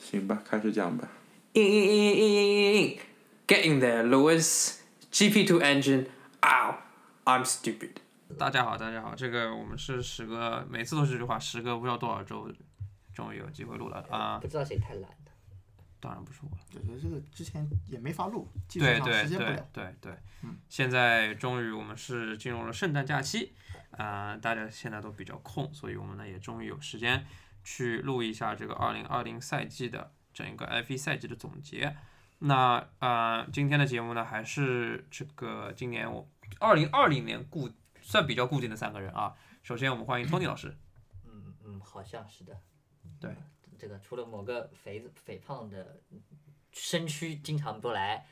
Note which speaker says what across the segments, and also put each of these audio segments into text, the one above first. Speaker 1: 行吧，开始讲吧。
Speaker 2: In in in in in in in. Get in there, Lewis. GP2 engine. Ow. I'm stupid.
Speaker 3: 大家好，大家好，这个我们是时隔每次都是这句话，时隔不知道多少周，终于有机会录了啊、
Speaker 4: 不知道谁太懒了。
Speaker 3: 当然不是我了，
Speaker 5: 对对，这个之前也没法录，技术
Speaker 3: 对
Speaker 5: 上
Speaker 3: 对
Speaker 5: 实现不
Speaker 3: 对
Speaker 5: 了。
Speaker 3: 对对，
Speaker 4: 嗯
Speaker 3: 现在终于我们是进入了圣诞假期，啊、大家现在都比较空，所以我们呢也终于有时间去录一下这个二零二零赛季的整个 F 一赛季的总结。那啊、呃今天的节目呢还是这个今年我二零二零年固算比较固定的三个人啊。首先我们欢迎 Tony 老师。
Speaker 4: 嗯嗯，好像是的。
Speaker 3: 对，
Speaker 4: 这个除了某个肥子肥胖的身躯经常不来，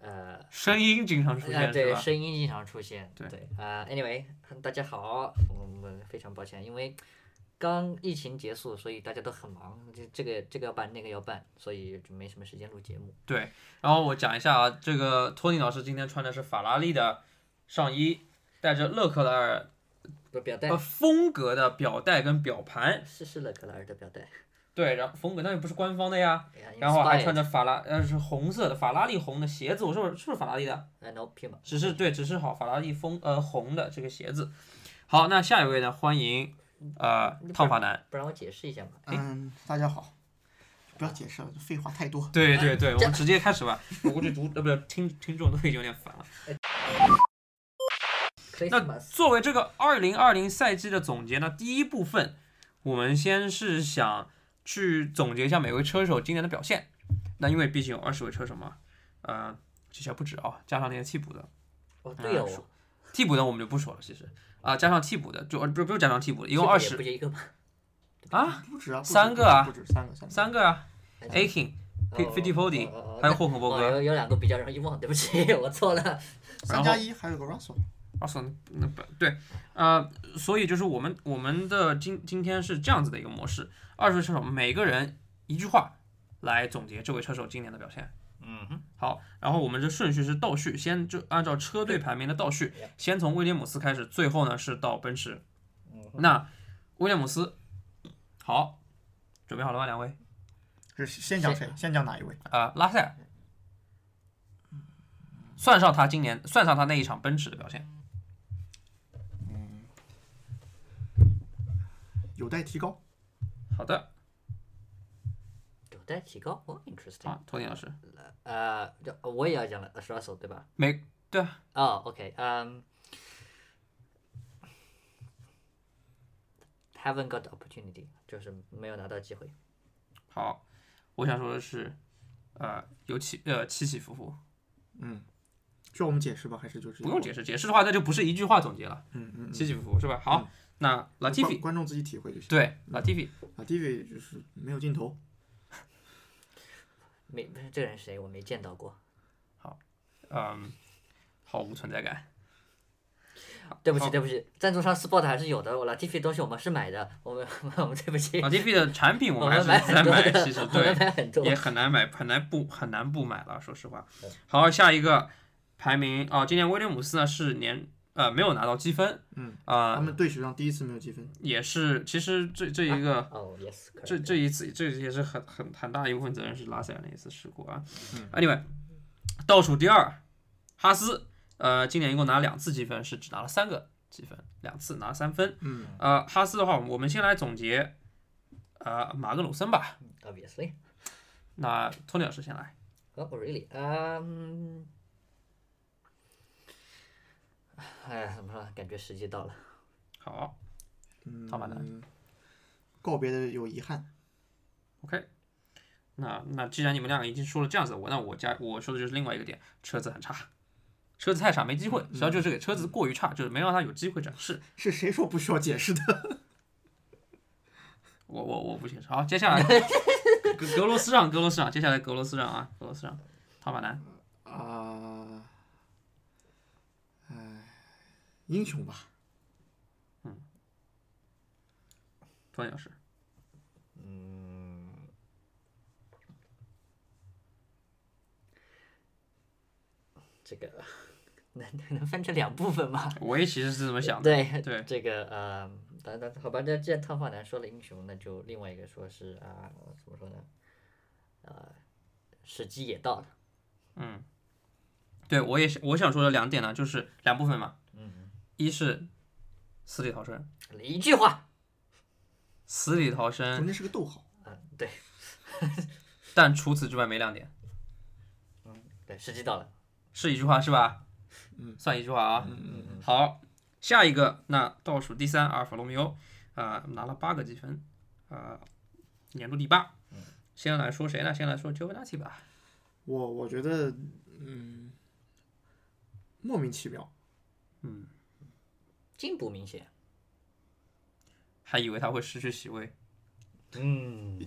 Speaker 4: 呃，
Speaker 3: 声音经常出现、
Speaker 4: 啊，对，
Speaker 3: 是吧？
Speaker 4: 声音经常出现。
Speaker 3: 对
Speaker 4: 啊、a n y w a y 大家好，我们非常抱歉，因为刚疫情结束，所以大家都很忙，这这个这个要办，那个要办，所以就没什么时间录节目。
Speaker 3: 对，然后我讲一下啊，这个托尼老师今天穿的是法拉利的上衣，带着勒克莱尔
Speaker 4: 不，表带
Speaker 3: 呃风格的表带跟表盘，
Speaker 4: 是是勒克莱尔的表带，
Speaker 3: 对，然后风格那又不是官方的呀，
Speaker 4: 哎呀
Speaker 3: 然后还
Speaker 4: inspired
Speaker 3: 穿着法拉呃是红色的法拉利红的鞋子，我是不是是不是法拉利的？
Speaker 4: 呃 no Puma，
Speaker 3: 只是对，只是好法拉利风呃红的这个鞋子。好，那下一位呢？欢迎呃烫发男。
Speaker 4: 不然我解释一下嘛。
Speaker 5: 嗯，大家好，不要解释了，废话太多。
Speaker 3: 对对对，我们直接开始吧。我估计读呃不是听听众都已经有点烦了。那
Speaker 4: Christmas，
Speaker 3: 作为这个二零二零赛季的总结呢，第一部分我们先是想去总结一下每位车手今年的表现。那因为毕竟有二十位车手嘛，呃，其实还不止啊、加上那些替补的，
Speaker 4: 哦对
Speaker 3: 嗯是
Speaker 4: 哦，
Speaker 3: 替补的我们就不说了，其实啊、加上替补的就呃不不是加上替补的，一共
Speaker 4: 这个
Speaker 3: 二
Speaker 4: 也不
Speaker 3: 十
Speaker 4: 就一个嘛
Speaker 3: 啊，
Speaker 5: 不止啊，不止
Speaker 3: 三个啊
Speaker 5: 不止不止三个，三个。
Speaker 3: 三个啊
Speaker 4: 哎
Speaker 3: ，Akin、
Speaker 4: 哦
Speaker 3: P- Fittipaldi，
Speaker 4: 哦哦哦
Speaker 3: 还有霍肯伯
Speaker 4: 哦
Speaker 3: 格，
Speaker 4: 有有两个比较容易忘，对不起， 我错了。
Speaker 5: 三加一还有个 Russell，
Speaker 3: 奥斯那不对，呃，所以就是我们我们的今今天是这样子的一个模式，二十位车手每个人一句话来总结这位车手今年的表现。
Speaker 2: 嗯哼，
Speaker 3: 好，然后我们这顺序是倒序，先就按照车队排名的倒序，先从威廉姆斯开始，最后呢是到奔驰。那威廉姆斯，好，准备好了吗？两位
Speaker 5: 是先讲谁？先讲哪一位？
Speaker 3: 啊、拉塞尔，算上他今年，算上他那一场奔驰的表现，
Speaker 5: 有待提高。
Speaker 3: 好的
Speaker 4: 有待提高，哦，interesting。
Speaker 3: 啊，托尼老师，
Speaker 4: 呃，这我也要讲了，Russell 对吧？
Speaker 3: 没对啊，
Speaker 4: 哦，OK，嗯、h a v e n t got the opportunity，就是没有拿到机会。
Speaker 3: 好，我想说的是，呃，有起呃起起伏伏，
Speaker 5: 嗯，需要我们解释吧？还是就直接
Speaker 3: 不用解释，解释的话那就不是一句话总结了，
Speaker 5: 嗯？嗯嗯，
Speaker 3: 起起伏伏是吧？好，那
Speaker 5: 观
Speaker 3: Latifi
Speaker 5: 观众自己体会就行。
Speaker 3: 对 Latifi
Speaker 5: 啊，David 就是没有尽头。
Speaker 4: 没，这个人谁？我没见到过。
Speaker 3: 嗯，毫无存在感。
Speaker 4: 对不起，
Speaker 3: 好
Speaker 4: 对不起，赞助商 spot 还是有的，我 l a t 东西我们是买的，我们 我们对不
Speaker 5: 哎
Speaker 4: 起
Speaker 3: 老，T P 的产 品我
Speaker 4: 我
Speaker 3: 们还
Speaker 4: 们
Speaker 3: 是
Speaker 4: 买
Speaker 3: 在
Speaker 4: 很多
Speaker 3: 买，
Speaker 4: 的
Speaker 3: 其实，
Speaker 4: 我们
Speaker 3: 对，
Speaker 4: 买很多。
Speaker 3: 也很难买，很难不很难不买了，说实话
Speaker 4: 对。
Speaker 5: 嗯
Speaker 3: 好，下一个排名哦，今年威廉姆斯呢是年呃没有拿到积分，
Speaker 5: 嗯
Speaker 3: 啊、
Speaker 5: 他们队史上第一次没有积分。
Speaker 3: 也是其实这这
Speaker 5: 啊
Speaker 3: 一个、
Speaker 4: 哦，yes，
Speaker 3: 这
Speaker 4: correct
Speaker 3: 这一次这也是很很很大一部分责任是拉塞尔那一次事故啊。Anyway，倒数第二，哈斯，呃，今年一共拿两次积分，是只拿了三个积分，两次拿了三分。
Speaker 5: 嗯，
Speaker 3: 呃，哈斯的话，我们先来总结，呃，马格鲁森吧。
Speaker 4: obviously。
Speaker 3: 那托尼老师先来。
Speaker 4: Oh, really? Um，哎呀，怎么说？感觉时机到了。
Speaker 3: 好
Speaker 5: 嗯
Speaker 3: 好吧那
Speaker 5: 告别的有遗憾。
Speaker 3: ，OK。那那既然你们两个已经说了这样子，我那我加我说的就是另外一个点，车子很差，车子太差，没机会。主要就是给车子过于差，就是没让他有机会展示。
Speaker 5: 是谁说不需要解释的？
Speaker 3: 我我我不解释。好，接下来格格罗斯让格罗斯让，接下来格罗斯让啊，格罗斯让，汤马南
Speaker 5: 啊，哎，英雄吧，
Speaker 3: 托尼老师。
Speaker 4: 这个能能分成两部分吗？
Speaker 3: 我也其实是这么想的。
Speaker 4: 对
Speaker 3: 对
Speaker 4: 这个呃，当然好吧，那既然烫发男说了英雄，那就另外一个说是啊、怎么说呢？时机也到了。
Speaker 3: 嗯，对我也是，我想说的两点呢，就是两部分嘛。嗯，一是死里逃生，
Speaker 4: 一句话，
Speaker 3: 死里逃
Speaker 5: 中
Speaker 3: 生，
Speaker 5: 间是个逗号。
Speaker 4: 嗯，对
Speaker 3: 但除此之外没亮点，
Speaker 4: 对，时机到了，
Speaker 3: 是一句话是吧？嗯，算一句话啊。
Speaker 5: 嗯，
Speaker 3: 好，下一个那倒数第三阿尔法罗密欧，啊、拿了八个积分，啊、年度第八。
Speaker 5: 嗯
Speaker 3: 先来说谁呢？先来说 Giovinazzi 吧。
Speaker 5: 我我觉得，嗯，莫名其妙。
Speaker 4: 进步明 显。
Speaker 3: 还以为他会失去席位，
Speaker 4: 嗯，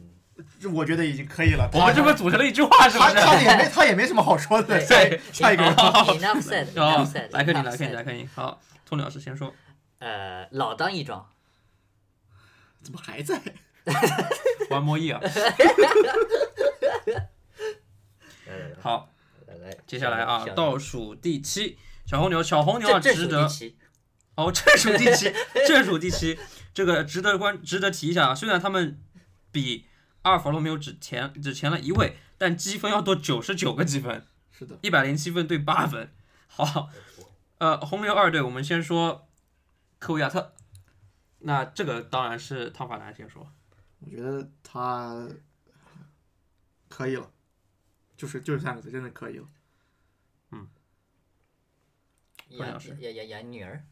Speaker 5: 这我觉得已经可以 了。
Speaker 3: 我们哦这
Speaker 5: 他
Speaker 3: 不组成了一句话是不
Speaker 5: 他
Speaker 3: 是？
Speaker 5: 他也没他也没什么好说的。下一下 一个人，
Speaker 4: ，enough
Speaker 3: 哦
Speaker 4: said，enough，said，
Speaker 3: 莱克宁，
Speaker 4: enough
Speaker 3: 莱克宁，
Speaker 4: said
Speaker 3: 莱克宁。好，托尼老师先说。
Speaker 4: 呃，老当益壮，
Speaker 5: 怎么还在？
Speaker 3: One more year。好，
Speaker 4: 来来，
Speaker 3: 接下来啊
Speaker 4: 小，牛
Speaker 3: 倒数第七，小红牛，小红牛啊，
Speaker 4: 这这
Speaker 3: 值
Speaker 4: 是
Speaker 3: 得
Speaker 4: 第七，
Speaker 3: 哦，正数第 七，正数第七，这个值得关，值得提一下啊。虽然他们比阿尔法罗密欧只前只前了一位，但积分要多九十九个积分，
Speaker 5: 是的，
Speaker 3: 一百零七分对八分。好，呃，红牛二队，我们先说科维亚特。那这个当然是汤法兰先说，
Speaker 5: 我觉得他可以了，就是就是三个字，真的可以了。
Speaker 3: 好像
Speaker 4: 养
Speaker 3: 是
Speaker 4: 养养养女儿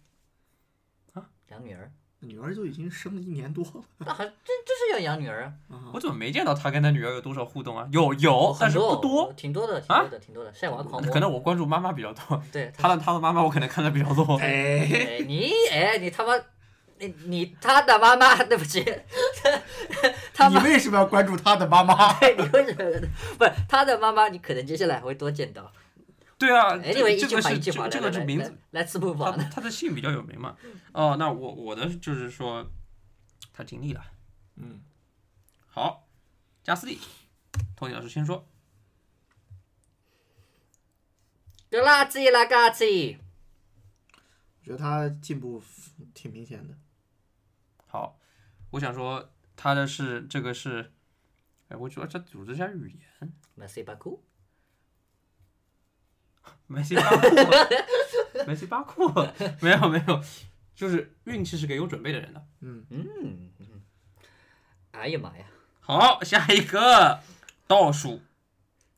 Speaker 3: 啊，
Speaker 4: 养女儿，
Speaker 5: 女儿都已经生了一年多了，
Speaker 4: 那还真真是要养女儿啊，
Speaker 3: 我怎么没见到他跟他女儿有多少互动啊？有有，但
Speaker 4: 哦很
Speaker 3: 是不多
Speaker 4: 多，。挺多的，挺
Speaker 3: 啊
Speaker 4: 多的，挺多的，晒娃狂魔，
Speaker 3: 可能我关注妈妈比较 多，
Speaker 4: 对
Speaker 3: 她的她的妈妈我可能看的比较多。
Speaker 5: 哎，
Speaker 4: 哎，你哎，你他妈，你你他的妈妈，对不起，哎他
Speaker 5: 你
Speaker 4: 妈，
Speaker 5: 为什么要关注他的妈妈？
Speaker 4: 你为什么 不是他的妈妈？你可能接下来还会多见到。
Speaker 3: 对啊，这
Speaker 4: Anyway，一
Speaker 3: 这
Speaker 4: 句
Speaker 3: 个
Speaker 4: 话
Speaker 3: 是
Speaker 4: 一句
Speaker 3: 这
Speaker 4: 话，
Speaker 3: 这个是名字，
Speaker 4: 来嗯字幕
Speaker 3: 他
Speaker 4: 榜
Speaker 3: 他的姓比较有名嘛。哦，那我我的就是说，他尽力了。
Speaker 5: 嗯，
Speaker 3: 好，加斯利，托尼老师先说，
Speaker 4: 就垃圾啦嘎叽，
Speaker 5: 我觉得他进步挺明显的。
Speaker 3: 好，我想说他的是这个是，哎，我主要这组织一下语言，
Speaker 4: 那 C 巴库，
Speaker 3: 梅西巴库， 梅西巴库，没有没有，就是运气是给有准备的人的。
Speaker 4: 嗯，嗯哎呀妈呀，
Speaker 3: 好，下一个倒数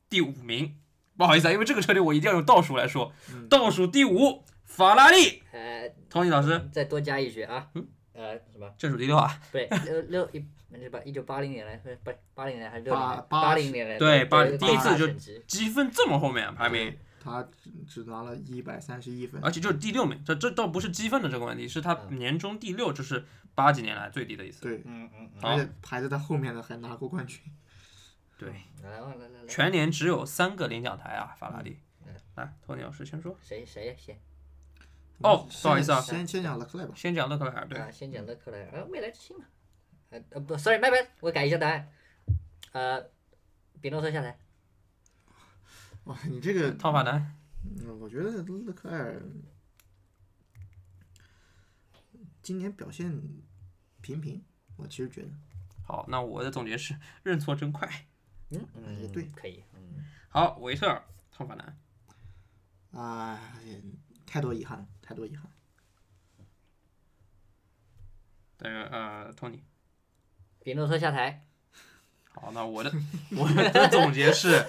Speaker 3: 第五名，不好意思啊，因为这个车队我一定要用倒数来说。倒数第五，法拉利。
Speaker 4: 呃，
Speaker 3: 托尼老师，
Speaker 4: 再多加一句啊，
Speaker 3: 嗯
Speaker 4: 呃，什么？
Speaker 3: 正数第六啊，
Speaker 4: 不对，六六一那是吧？一九八零年来，不是不是八零年还是六零
Speaker 5: 八
Speaker 4: 年？
Speaker 5: 八
Speaker 4: 八零年来，
Speaker 3: 对八
Speaker 4: 有一个
Speaker 3: 第
Speaker 5: 一
Speaker 4: 大
Speaker 5: 次
Speaker 3: 就
Speaker 4: 升级
Speaker 3: 积分这么后面啊排名，
Speaker 5: 他只只拿了一百三十一分，
Speaker 3: 而且就是第六名，这这倒不是积分的这个问题，是他年终第六，这是八几年来最低的一次。
Speaker 5: 对，
Speaker 4: 嗯嗯嗯，
Speaker 3: 好
Speaker 5: 而且排在他后面的还拿过冠军。
Speaker 3: 对，
Speaker 4: 来来来来来，
Speaker 3: 全年只有三个领奖台啊，法拉利。来，托尼老师先说。
Speaker 4: 谁谁先？
Speaker 3: 哦
Speaker 5: 先
Speaker 3: 不好意思啊
Speaker 5: 先先讲勒克莱吧。
Speaker 3: 先讲勒克莱尔，对，
Speaker 4: 啊，先讲勒克莱尔，啊，未来之星嘛。呃呃，不，sorry，拜拜，我改一下答案。呃，比诺特下台，
Speaker 5: 哇，你这个，
Speaker 3: 汤法南，
Speaker 5: 嗯我觉得勒克莱尔今年表现平平，我其实觉得
Speaker 3: 好，那我的总结是认错真快。
Speaker 4: 嗯
Speaker 5: 也对
Speaker 4: 可以，嗯，
Speaker 3: 好，维特尔，汤法南，
Speaker 5: 啊、也太多遗憾了，太多遗憾了。
Speaker 3: 呃呃，托尼。
Speaker 4: 比诺特下台，
Speaker 3: 好，那我的我的总结是，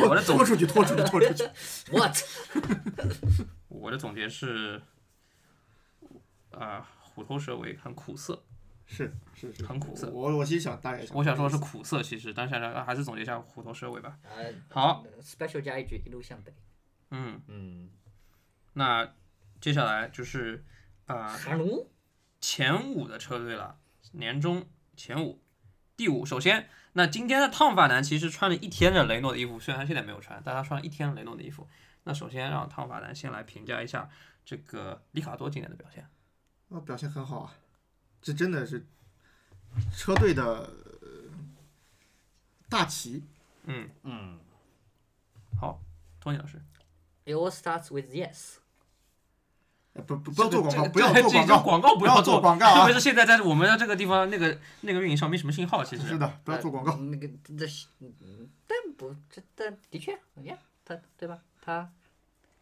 Speaker 3: 我的总
Speaker 5: 拖出去，拖出去，拖出去。
Speaker 4: 我
Speaker 3: 我的总结是，啊、虎头蛇尾，很苦涩。
Speaker 5: 是是是，
Speaker 3: 很苦涩
Speaker 5: 我我其实想大概想，
Speaker 3: 我想说的是苦涩，其实，但是呢还是总结一下虎头蛇尾吧。
Speaker 4: 呃
Speaker 3: 好，
Speaker 4: ，special 加一句，一路向北，
Speaker 3: 嗯，
Speaker 4: 嗯，
Speaker 3: 那接下来就是啊、
Speaker 4: 哈努，
Speaker 3: 前五的车队了，年终前五，第五。首先，那今天的烫发男其实穿了一天的雷诺的衣服，虽然他现在没有穿，但他穿了一天雷诺的衣服。那首先让烫发男先来评价一下这个里卡多今年的表现。
Speaker 5: 我表现很好啊，这真的是车队的呃大旗。
Speaker 3: 嗯，
Speaker 4: 嗯
Speaker 3: 好，托尼老师。
Speaker 4: ，it all starts with yes，
Speaker 5: 呃不不不要做广告，不要
Speaker 3: 对
Speaker 5: 做
Speaker 3: 这
Speaker 5: 广
Speaker 3: 这
Speaker 5: 告，
Speaker 3: 广告不要
Speaker 5: 做广告啊
Speaker 3: 特别是现在在我们的这个地方，那个那个运营商没什么信号，其
Speaker 5: 是
Speaker 3: 实。
Speaker 5: 的，不要做广告。
Speaker 4: 那个这，但不，这但的确，yeah，他对吧？他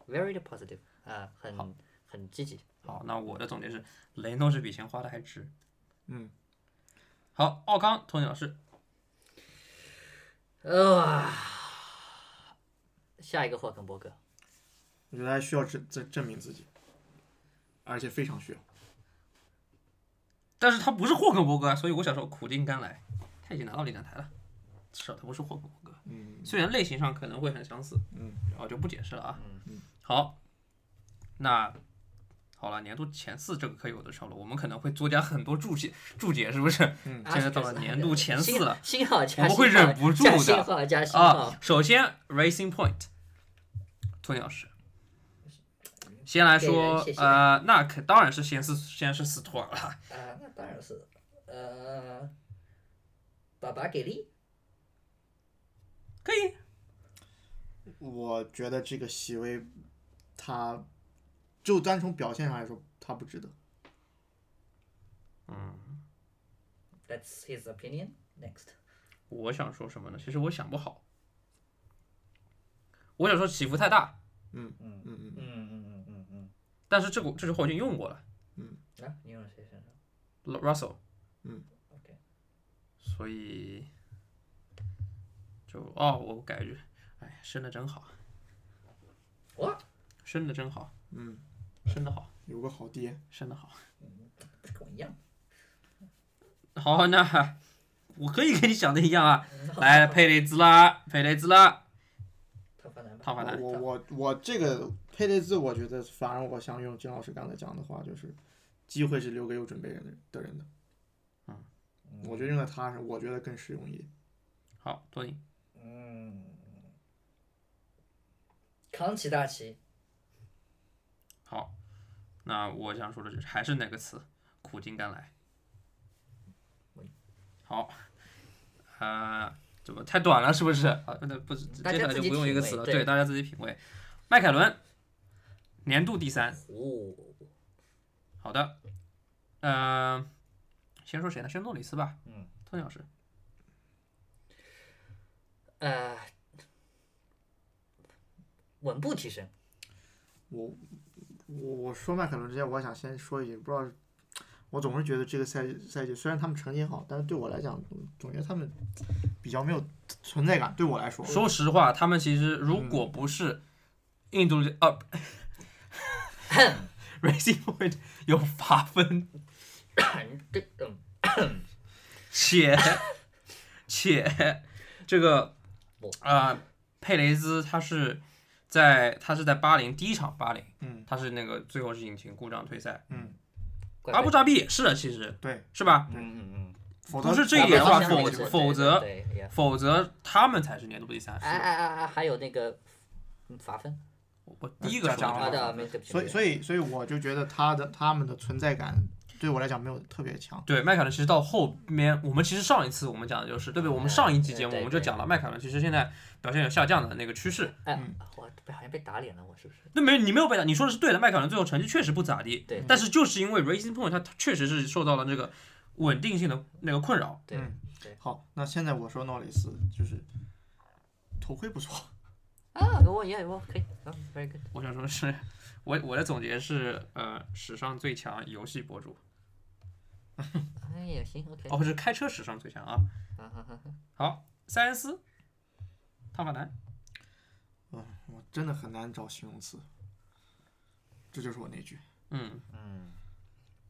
Speaker 4: very positive 啊、很很积极。
Speaker 3: 好，那我的总结是，雷诺这笔钱花的还值。
Speaker 5: 嗯，
Speaker 3: 好，奥康，托尼老师，
Speaker 4: 呃，下一个霍肯伯格，
Speaker 5: 我觉得还需要证证证明自己，而且非常需要。
Speaker 3: 但是他不是霍肯伯格啊，所以我想说苦尽甘来，他已经拿到力量台了，至少他不是霍肯伯格。
Speaker 5: 嗯
Speaker 3: 虽然类型上可能会很相似，
Speaker 5: 嗯，
Speaker 3: 然后就不解释了啊。
Speaker 4: 嗯
Speaker 3: 好，那好了，年度前四这个可以有的说了，我们可能会多加很多注解，注解是不是？
Speaker 5: 嗯
Speaker 4: 啊
Speaker 3: 现在到了年度前四了，
Speaker 4: 星号加星号，
Speaker 3: 我们会忍不住的
Speaker 4: 加星号加星号
Speaker 3: 啊。，首先 Racing Point，托尼老师，先来说
Speaker 4: 给人谢谢
Speaker 3: 呃，那可当然是先是先是斯图尔了，
Speaker 4: 啊，那当然是，呃，爸爸给力，
Speaker 3: 可以，
Speaker 5: 我觉得这个席位，他就单从表现上来说，他不值得。
Speaker 4: That's his opinion. Next，
Speaker 3: 我想说什么呢？其实我想不好，我想说起伏太大，
Speaker 5: 嗯嗯，
Speaker 4: 嗯嗯嗯嗯嗯，
Speaker 3: 但是这个这句话我已经用过了
Speaker 4: 那、你用谁身上？
Speaker 3: ，Russell，
Speaker 5: 嗯
Speaker 4: ，OK
Speaker 3: 所以就哦，我感觉，哎，生的真好，
Speaker 4: What？
Speaker 3: 生的真好，
Speaker 5: 嗯，
Speaker 3: 生的好，
Speaker 5: 有个好爹，
Speaker 3: 生的好，
Speaker 4: 不是跟我一样。
Speaker 3: 好，那我可以跟你想的一样啊，
Speaker 5: 嗯
Speaker 3: 来，佩雷兹啦，佩雷兹啦，
Speaker 4: 他发难吧？
Speaker 3: 烫发男，
Speaker 5: 我我我这个佩雷兹，我觉得反而我想用金老师刚才讲的话，就是机会是留给有准备人的的人的。嗯，我觉得用在他上，我觉得更实用一点。
Speaker 3: 好，托尼，
Speaker 4: 嗯，扛起大旗，
Speaker 3: 好，那我想说的就是还是那个词，苦尽甘来。好，呃，怎么太短了是不是？啊，那不是，
Speaker 4: 大家
Speaker 3: 接下来就
Speaker 4: 自己
Speaker 3: 不用一个词
Speaker 4: 品
Speaker 3: 了，
Speaker 4: 味
Speaker 3: 对，
Speaker 4: 对
Speaker 3: 大家自己品味。迈凯伦，年度第三，
Speaker 4: 哦，
Speaker 3: 好的，呃，先说谁呢？先诺里斯吧。
Speaker 4: 嗯，
Speaker 3: 托尼老师，
Speaker 4: 呃，稳步提升，
Speaker 5: 我我我说迈凯伦之前，我还想先说一句，不知道，我总是觉得这个赛季赛季虽然他们成绩好，但是对我来讲，总觉得他们比较没有存在感。对我来说，
Speaker 3: 说实话，他们其实如果
Speaker 4: 嗯
Speaker 3: 不是印度 呃 Racing Point 有罚分
Speaker 4: 这嗯，
Speaker 3: 且且这个
Speaker 4: 不
Speaker 3: 啊、呃佩雷兹他是在他是在巴林第一场巴林，
Speaker 5: 嗯，
Speaker 3: 他是那个最后是引擎故障退赛，
Speaker 4: 怪
Speaker 3: 阿布
Speaker 4: 怪
Speaker 3: 扎比也是的，其实
Speaker 5: 对，
Speaker 3: 是吧？
Speaker 4: 嗯嗯嗯，啊
Speaker 5: 否
Speaker 3: 不
Speaker 5: 则
Speaker 3: 是这
Speaker 4: 阿
Speaker 3: 一
Speaker 4: 布
Speaker 3: 点的话，
Speaker 4: 扎比
Speaker 3: 否
Speaker 4: 也是
Speaker 3: 否则
Speaker 4: 对对，yeah
Speaker 3: 否则他们才是年度第三。
Speaker 4: 啊啊啊啊！还有那个嗯罚分，
Speaker 3: 我第一个
Speaker 5: 讲
Speaker 3: 说
Speaker 5: 了
Speaker 3: 的
Speaker 4: 啊对
Speaker 3: 这
Speaker 4: 啊，
Speaker 3: 个
Speaker 4: 没对不起，
Speaker 5: 所以所
Speaker 4: 以
Speaker 5: 以所以我就觉得他的他们的存在感对我来讲没有特别强。
Speaker 3: 对迈凯伦，其实到后面，我们其实上一次我们讲的就是，对不对？我们上一期节目
Speaker 4: 嗯对
Speaker 3: 我们就讲了迈凯伦，其实现在表现有下降的那个趋势。
Speaker 4: 哎，我被好像被打脸了，我是不是？
Speaker 3: 那没你没有被打，你说的是对的。迈凯伦最后成绩确实不咋地，
Speaker 4: 对
Speaker 3: 但是就是因为 Racing Point 它它确实是受到了这个稳定性的那个困扰。
Speaker 4: 对，
Speaker 5: 好，那现在我说诺里斯就是头盔不错，
Speaker 4: 啊，我也我可以，啊，very good，
Speaker 3: 我想说的是，我我的总结是，呃，史上最强游戏博主，
Speaker 4: 哎也行，OK，
Speaker 3: 哦，不是开车史上最强啊。
Speaker 5: 嗯
Speaker 4: 啊哈哈，
Speaker 3: 好，塞恩斯，汤法南，
Speaker 5: 嗯我真的很难找形容词。这就是我那句，
Speaker 3: 嗯，
Speaker 4: 嗯，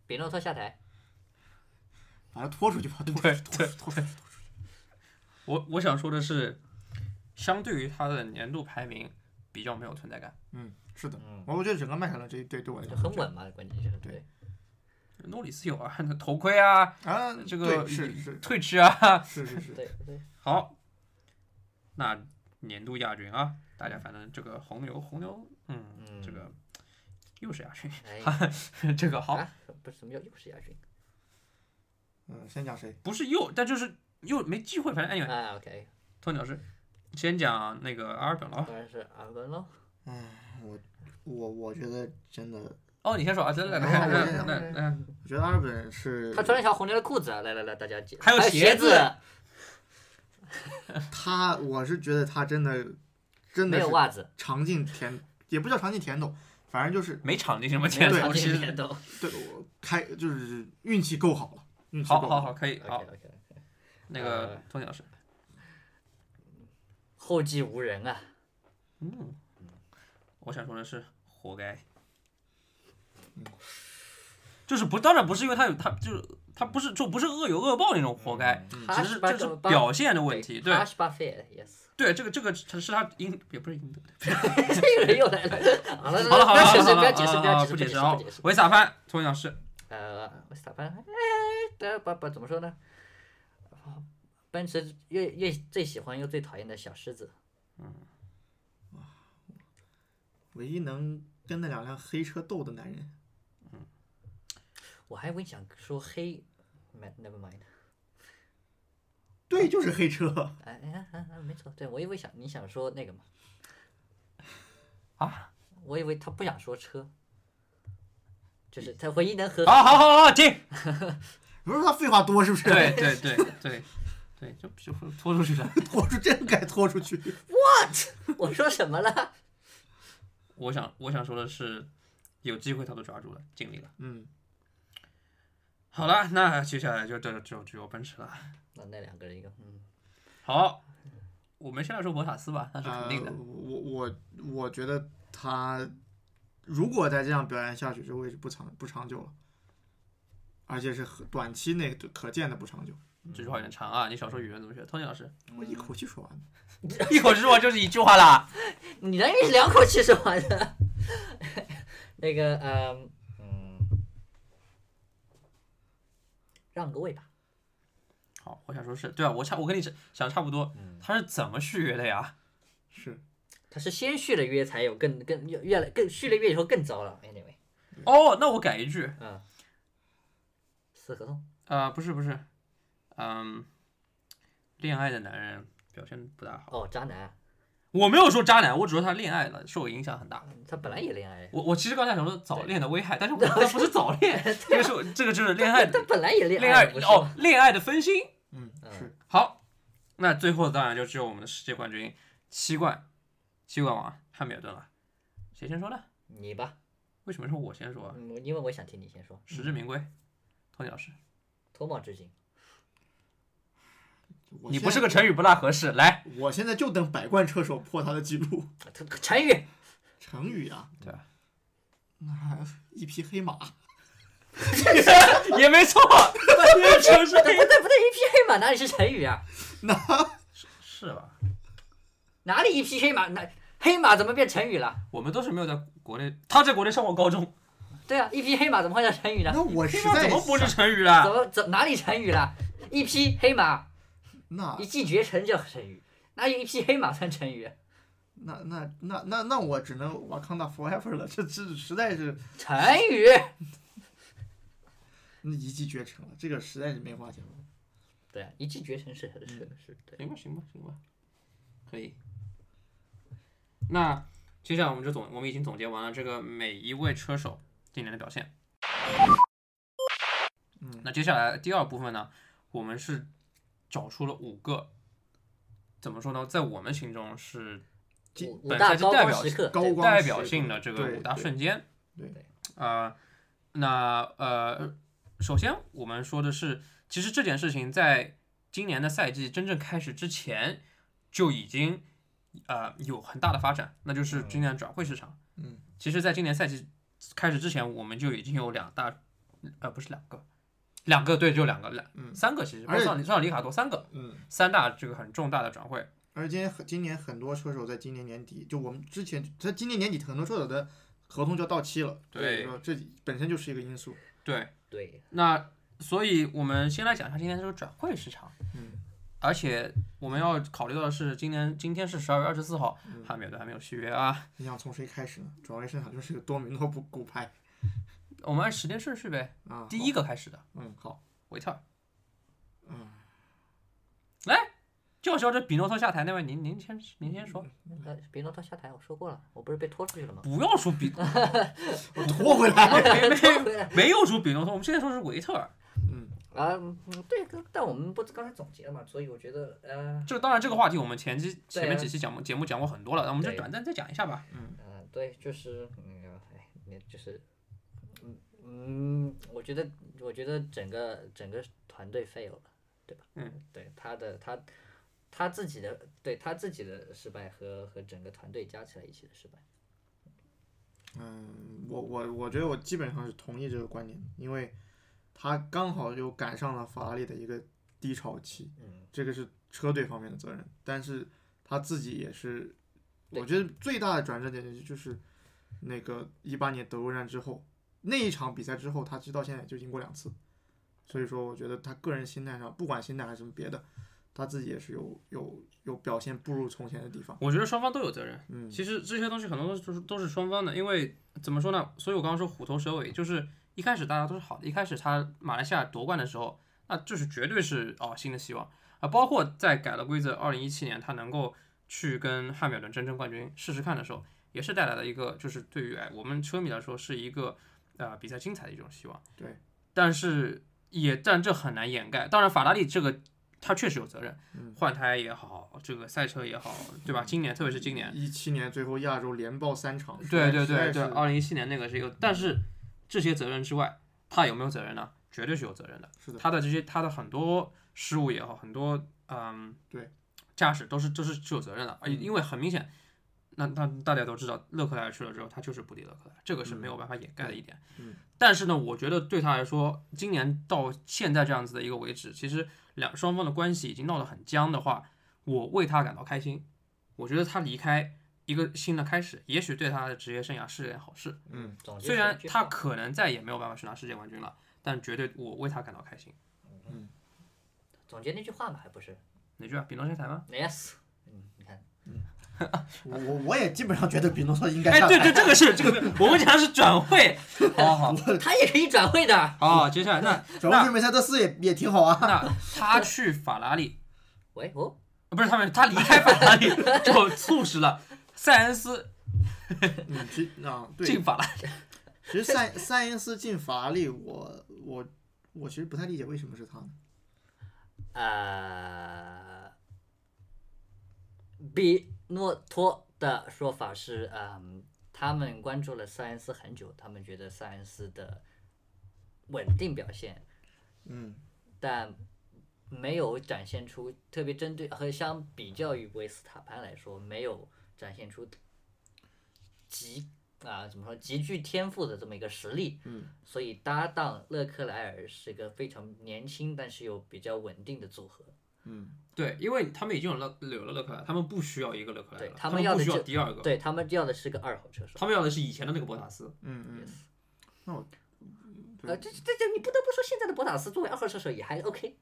Speaker 4: 比诺特下台，
Speaker 5: 把他拖出去吧，拖出去，拖出去，拖出去。
Speaker 3: 我我想说的是，相对于他的年度排名比较没有存在感。
Speaker 5: 嗯，是的，
Speaker 4: 嗯，
Speaker 5: 我我觉得整个迈凯伦这一队对我来
Speaker 4: 就
Speaker 5: 讲
Speaker 4: 很稳嘛，关键是
Speaker 5: 对
Speaker 4: 对，
Speaker 3: 诺里斯有啊， 那头盔啊，
Speaker 5: 啊，
Speaker 3: 这个
Speaker 5: 对是是
Speaker 3: 退吃啊，
Speaker 5: 是是是，
Speaker 4: 对对，
Speaker 3: 好，那年度亚军啊，大家反正这个红牛，红牛，嗯，
Speaker 4: 嗯
Speaker 3: 这个又是亚军，
Speaker 4: 哎，
Speaker 3: 这个好，
Speaker 4: 啊，不是什么叫又是亚军
Speaker 5: 嗯，先讲谁？
Speaker 3: 不是又，但就是又没机会，反正 anyway，
Speaker 4: 啊，OK，
Speaker 3: 托尼老师，先讲那个阿尔本了啊。
Speaker 4: 当然是阿伦喽，
Speaker 5: 嗯我我我觉得真的，
Speaker 3: 哦，你先嗯说啊，来来来 来来来，
Speaker 5: 我觉得阿尔本是
Speaker 4: 他穿了一条红牛的裤子啊，来来来，大家解，
Speaker 3: 还有
Speaker 4: 有
Speaker 3: 鞋
Speaker 4: 鞋
Speaker 3: 子
Speaker 4: 子，
Speaker 5: 他我是觉得他真的真
Speaker 4: 没
Speaker 5: 的
Speaker 4: 有
Speaker 5: 是
Speaker 4: 袜子，
Speaker 5: 尝尽甜，也不叫尝尽甜头，反正就是
Speaker 3: 没场地什么
Speaker 4: 没
Speaker 3: 前
Speaker 4: 有
Speaker 5: 对
Speaker 3: 头，
Speaker 4: 场
Speaker 3: 其
Speaker 4: 地
Speaker 3: 实
Speaker 4: 面都。
Speaker 5: 对我开就是运气够好了，运气够
Speaker 3: 好好好，可以嗯
Speaker 4: OK
Speaker 3: 好
Speaker 4: OK，
Speaker 3: 那个钟老师，
Speaker 4: 后继无人啊，
Speaker 3: 嗯，我想说的是，活该。就是不，当然不是因为他有他，就是他不是就不是恶有恶报那种活该，只是这是表现的问题。对
Speaker 4: h 巴费 yes，
Speaker 3: 对，这个这个是他应也不是应得。
Speaker 4: 这个人又来了。好了
Speaker 3: 好了好了
Speaker 4: 不
Speaker 3: 好
Speaker 4: 要
Speaker 3: 了好了，
Speaker 4: 解释
Speaker 3: 啊
Speaker 4: 不要
Speaker 3: 啊
Speaker 4: 解释
Speaker 3: 不
Speaker 4: 不要解释
Speaker 3: 解释
Speaker 4: 不
Speaker 3: 啊
Speaker 4: 解释。。
Speaker 3: 维萨潘，钟老师，
Speaker 4: 呃，我打扮，哎，这不不怎么说呢？奔驰越越最喜欢又最讨厌的小狮子，
Speaker 5: 唯一能跟那两辆黑车斗的男人，
Speaker 4: 我还会想说黑，never mind。
Speaker 5: 对，就是黑车。
Speaker 4: 哎哎哎哎，没错，对我以为想你想说那个嘛，
Speaker 3: 啊，
Speaker 4: 我以为他不想说车，就是他唯一能和
Speaker 3: 好好好好，停。
Speaker 5: 不是他废话多是不是？
Speaker 3: 对，对对对对，就就会拖出去的。
Speaker 5: 拖出真该拖出去。
Speaker 4: 我说什么了？
Speaker 3: 我想我想说的是，有机会他都抓住了，尽力了。
Speaker 5: 嗯，
Speaker 3: 好了，那接下来就就就只有奔驰了。
Speaker 4: 那那两个人一个，嗯，
Speaker 3: 好，我们先来说博塔斯吧，那是
Speaker 5: 呃
Speaker 3: 肯定的。，
Speaker 5: 我我我觉得他如果再这样表演下去，这位置不长不长久了，而且是很短期内可见的不长久。
Speaker 3: 这句话有点长啊，你少说语文怎么学？托尼老师
Speaker 5: 我一口气说完了。
Speaker 3: 一口之话就是一句话啦。
Speaker 4: 你能一两口气说完的？ 那个，嗯嗯，让个位吧。
Speaker 3: 好，我想说是对啊，我差我跟你是想差不多。他是怎么续约的呀？
Speaker 5: 是，
Speaker 4: 他是先续了约，才有更更越越来更续了约以后更糟了。Anyway，
Speaker 3: 哦，那我改一句，
Speaker 4: 嗯，死合同，
Speaker 3: 啊，不是不是，嗯，恋爱的男人表现不大好。
Speaker 4: 哦，渣男啊，
Speaker 3: 我没有说渣男，我只说他恋爱了受影响很大。
Speaker 4: 他本来也恋爱，
Speaker 3: 我我其实刚才想说早恋的危害，但是我那不是早恋，这个是这个就是恋爱
Speaker 4: 他本来也恋
Speaker 3: 恋爱
Speaker 4: 哎不是
Speaker 3: 哦
Speaker 4: 吗，
Speaker 3: 恋爱的分心。
Speaker 5: 嗯，是
Speaker 3: 好，那最后当然就只有我们的世界冠军七冠七冠王汉密尔顿了。谁先说呢？
Speaker 4: 你吧，
Speaker 3: 为什么是我先说啊？
Speaker 4: 嗯，因为我想听你先说，
Speaker 3: 实至名归，托尼老师，
Speaker 4: 脱帽致敬。
Speaker 5: 我
Speaker 3: 你
Speaker 5: 现
Speaker 3: 不是
Speaker 5: 在
Speaker 3: 个成语不大合适， 来，
Speaker 5: 我现在就等百冠车手破他的记录。
Speaker 3: 呃
Speaker 4: 他陈宇，
Speaker 5: 成语啊，
Speaker 3: 对啊，
Speaker 5: 那还一匹黑马，
Speaker 3: 也没 错，成
Speaker 4: 不对不对不对，一匹黑马哪里是成语啊？
Speaker 3: 是吧？
Speaker 4: 哪里一匹黑马？哪黑马怎么变成语了？
Speaker 3: 我们都是没有在国内，他在国内上过高中，
Speaker 4: 对啊，一匹黑马怎么会叫成语呢？
Speaker 5: 那我实
Speaker 3: 那
Speaker 5: 在
Speaker 3: 怎么不是
Speaker 5: 想
Speaker 3: 成语啊
Speaker 4: 怎
Speaker 3: 了？
Speaker 4: 么怎哪里成语了？一匹黑马，
Speaker 5: 那
Speaker 4: 一骑绝尘叫成语，哪有一匹黑马算成语？啊
Speaker 5: 那那那那那我只能瓦康达 forever 了，这这实在是
Speaker 4: 成语，
Speaker 5: 那一骑绝尘了，这个实在是没话讲。
Speaker 4: 对啊，一骑绝尘是是是是，对，
Speaker 3: 行吧，行吧，行吧，可以。那接下来我们就总，我们已经总结完了这个每一位车手今年的表现。
Speaker 5: 嗯，
Speaker 3: 那接下来第二部分呢，我们是找出了五个，怎么说呢，在我们心中是
Speaker 5: 这
Speaker 4: 五五
Speaker 3: 本
Speaker 4: 大
Speaker 3: 赛季
Speaker 4: 高
Speaker 3: 代
Speaker 4: 光
Speaker 3: 表
Speaker 4: 时
Speaker 3: 性
Speaker 4: 刻，
Speaker 5: 高
Speaker 4: 对
Speaker 5: 光
Speaker 3: 代
Speaker 5: 时
Speaker 3: 表
Speaker 5: 刻
Speaker 3: 性的这个
Speaker 5: 对
Speaker 3: 五大
Speaker 5: 对
Speaker 3: 瞬间。
Speaker 5: 对
Speaker 4: 对
Speaker 3: 啊、那呃，首先我们说的是，其实这件事情在今年的赛季真正开始之前就已经呃有很大的发展，那就是今年转会市场。
Speaker 5: 嗯，
Speaker 3: 其实，在今年赛季开始之前，我们就已经有两大，呃，不是两个，两个对，就两个，两、
Speaker 5: 嗯
Speaker 3: 三个其实，
Speaker 5: 而且
Speaker 3: 上里上里卡多三个，
Speaker 5: 嗯，
Speaker 3: 三大这个很重大的转会。
Speaker 5: 而今天很今年很多车手在今年年底，就我们之前他今年年底很多车手的合同就要到期了，
Speaker 3: 对
Speaker 5: 所以说这本身就是一个因素。
Speaker 3: 对，
Speaker 4: 对，
Speaker 3: 那所以我们先来讲一下今天这个转会市场。
Speaker 5: 嗯，
Speaker 3: 而且我们要考虑到的是，今年今天是十二月二十四号，
Speaker 5: 嗯
Speaker 3: 汉密尔顿还没有续约啊。
Speaker 5: 你想从谁开始呢？转为市场就是个多米诺骨骨牌
Speaker 3: 我们按时间顺序呗，
Speaker 5: 啊。
Speaker 3: 第一个开始的
Speaker 5: 好，嗯，好，
Speaker 3: 维特尔。
Speaker 5: 嗯，
Speaker 3: 来，就说这比诺特下台那位，您您先您先
Speaker 5: 嗯
Speaker 3: 说，
Speaker 4: 那个别诺特下台，我说过了，我不是被拖出去 了吗？
Speaker 3: 不要说比，
Speaker 5: 我拖回来。
Speaker 3: 没没没有说比诺特，我们现在说是维特尔。
Speaker 5: 嗯，
Speaker 4: 啊，嗯对，跟但我们不是刚才总结了嘛，所以我觉得，呃，
Speaker 3: 就当然这个话题我们前期
Speaker 4: 对啊
Speaker 3: 前面几期讲过节目讲过很多了，那我们就
Speaker 4: 对
Speaker 3: 短暂再讲一下吧。
Speaker 4: 呃，对，就是那个，哎，那就是，嗯嗯，我觉得，我觉得整个整个团队 fail 了，对吧？
Speaker 3: 嗯，
Speaker 4: 对，他的他他自己的，对他自己的失败和和整个团队加起来一起的失败，
Speaker 5: 嗯，我我我觉得我基本上是同意这个观点，因为他刚好又赶上了法拉利的一个低潮期，
Speaker 4: 嗯，
Speaker 5: 这个是车队方面的责任，但是他自己也是，
Speaker 4: 对
Speaker 5: 我觉得最大的转折点就是那个一八年德国站之后那一场比赛之后，他其实到现在也就赢过两次，所以说我觉得他个人心态上，不管心态还是什么别的，他自己也是有有有表现不如从前的地方，
Speaker 3: 我觉得双方都有责任。
Speaker 5: 嗯，
Speaker 3: 其实这些东西很多都是都是都是双方的，因为怎么说呢？所以我刚刚说虎头蛇尾，就是一开始大家都是好的，一开始他马来西亚夺冠的时候，那就是绝对是哦新的希望啊，包括在改了规则，二零一七年他能够去跟汉密尔顿争争冠军试试看的时候，也是带来了一个就是对于哎我们车迷来说是一个啊、呃比赛精彩的一种希望。
Speaker 5: 对，
Speaker 3: 但是也但这很难掩盖，当然法拉利这个。他确实有责任，
Speaker 5: 嗯
Speaker 3: 换胎也好，这个赛车也好，对吧？今年，特别是今年，
Speaker 5: 一七年最后亚洲连爆三场，
Speaker 3: 对对
Speaker 5: 实
Speaker 3: 对对，
Speaker 5: 在是
Speaker 3: 二零一七年那个是一个，但是这些责任之外，他有没有责任呢？绝对是有责任的。
Speaker 5: 是的
Speaker 3: 他的这些他的很多失误也好，很多嗯，
Speaker 5: 对，
Speaker 3: 驾驶都是都是是有责任的，而因为很明显，那那大家都知道，勒克莱尔去了之后，他就是不敌勒克莱尔，这个是没有办法掩盖的一点。
Speaker 5: 嗯嗯
Speaker 3: 但是呢，我觉得对他来说，今年到现在这样子的一个为止，其实两双方的关系已经闹得很僵的话，我为他感到开心。我觉得他离开一个新的开始，也许对他的职业生涯是件好事。
Speaker 5: 嗯，
Speaker 4: 总结
Speaker 3: 虽
Speaker 4: 是一
Speaker 3: 然
Speaker 4: 句
Speaker 3: 他
Speaker 4: 话
Speaker 3: 可能再也没有办法去拿世界冠军了，但绝对我为他感到开心。
Speaker 4: 总结那句话嘛，还不是
Speaker 3: 哪句啊？比诺谁台吗？
Speaker 4: yes，嗯，你看，
Speaker 5: 我我我也基本上觉得比诺特应该
Speaker 3: 哎，
Speaker 5: 上来。
Speaker 3: 对对，这个是这个，我们讲的是转会。好好
Speaker 4: 他也可以转会的，
Speaker 3: 好，好，接下来那
Speaker 5: 转会去梅赛德斯也也挺好啊。
Speaker 3: 那他去法拉利，
Speaker 4: 喂哦，
Speaker 3: 呃不是他们，他离开法拉利就促使了塞恩斯
Speaker 5: 嗯，其啊，对，
Speaker 3: 进法拉利。
Speaker 5: 其实塞塞恩斯进法拉利，我我我其实不太理解为什么是他呢？
Speaker 4: 呃，比诺托的说法是，嗯，他们关注了塞恩斯很久，他们觉得塞恩斯的稳定表现，
Speaker 5: 嗯，
Speaker 4: 但没有展现出特别针对和相比较于维斯塔潘来说，没有展现出极啊、怎么说极具天赋的这么一个实力。
Speaker 5: 嗯，
Speaker 4: 所以搭档勒克莱尔是个非常年轻但是又比较稳定的组合。
Speaker 3: 对，因为他们已经有勒有了勒克莱尔，他们不需要一个勒克莱尔
Speaker 4: 对
Speaker 3: 了，
Speaker 4: 他
Speaker 3: 哎他
Speaker 4: 们要的
Speaker 3: 不需要
Speaker 4: 就
Speaker 3: 第二个，
Speaker 4: 对他们要的是个二号车手。
Speaker 3: 他们要的是以前的那个博塔斯。
Speaker 5: 嗯对
Speaker 4: 呃，这这这，你不得不说，现在的博塔斯作为二号车手也还 OK。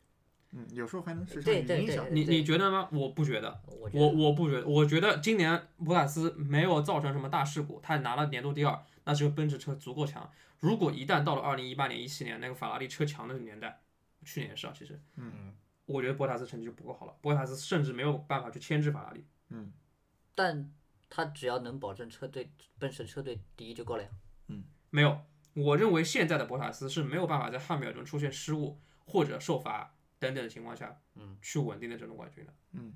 Speaker 5: 嗯，有时候还能时常
Speaker 4: 对
Speaker 5: 有
Speaker 4: 对
Speaker 5: 影
Speaker 4: 对
Speaker 5: 响。，
Speaker 3: 你
Speaker 4: 对
Speaker 3: 你觉得吗？我不觉得，
Speaker 4: 我觉
Speaker 3: 我
Speaker 4: 得
Speaker 3: 我不觉得，我觉得今年博塔斯没有造成什么大事故，他拿了年度第二，那这个奔驰车足够强。如果一旦到了二零一八年、一七年那个法拉利车强的年代，去年也是啊，其实，
Speaker 5: 嗯，
Speaker 3: 我觉得博塔斯成绩就不够好了，博塔斯甚至没有办法去牵制法拉利。
Speaker 4: 但他只要能保证车队奔驰车队第一就够了呀。
Speaker 3: 没有，我认为现在的博塔斯是没有办法在汉密尔顿出现失误或者受罚等等的情况下，
Speaker 4: 嗯，
Speaker 3: 去稳定的争夺冠军的。
Speaker 4: 嗯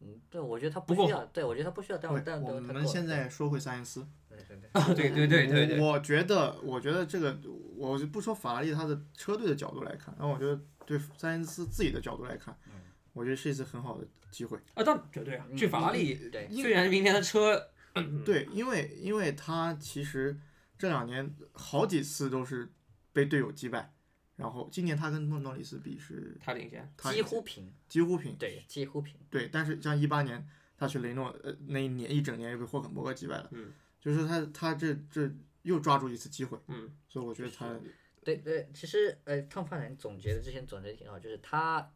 Speaker 4: 嗯，对，我觉得他
Speaker 3: 不够
Speaker 4: 需要，对我觉得他不需要，但我但
Speaker 5: 我
Speaker 4: 但他
Speaker 5: 们
Speaker 4: 够
Speaker 5: 现
Speaker 4: 了
Speaker 5: 在说回塞恩斯，
Speaker 4: 对对 对，
Speaker 3: 对对对对对，
Speaker 5: 我我觉得，我觉得这个，我就不说法拉利他的车队的角度来看，然后我觉得对塞恩斯自己的角度来看，
Speaker 3: 嗯
Speaker 5: 我觉得是一次很好的机会。
Speaker 3: 啊，当对对啊，
Speaker 4: 嗯
Speaker 5: 嗯
Speaker 3: 去法拉利，
Speaker 4: 对
Speaker 5: 因
Speaker 3: 虽然明年的车，嗯
Speaker 5: 对，因为因为他其实这两年好几次都是被队友击败，然后今年他跟莫诺里斯比是
Speaker 3: 他领先，
Speaker 5: 他
Speaker 4: 几乎平，
Speaker 5: 几乎平，
Speaker 4: 对几乎平。
Speaker 5: 对，但是像一八年他去雷诺，呃，那一年一整年又被霍肯伯格击败了，
Speaker 3: 嗯，
Speaker 5: 就是他他这这又抓住一次机会，
Speaker 3: 嗯，
Speaker 5: 所以我觉得他
Speaker 4: 对对，其实呃，汤发人总结的之前总结得挺好，就是他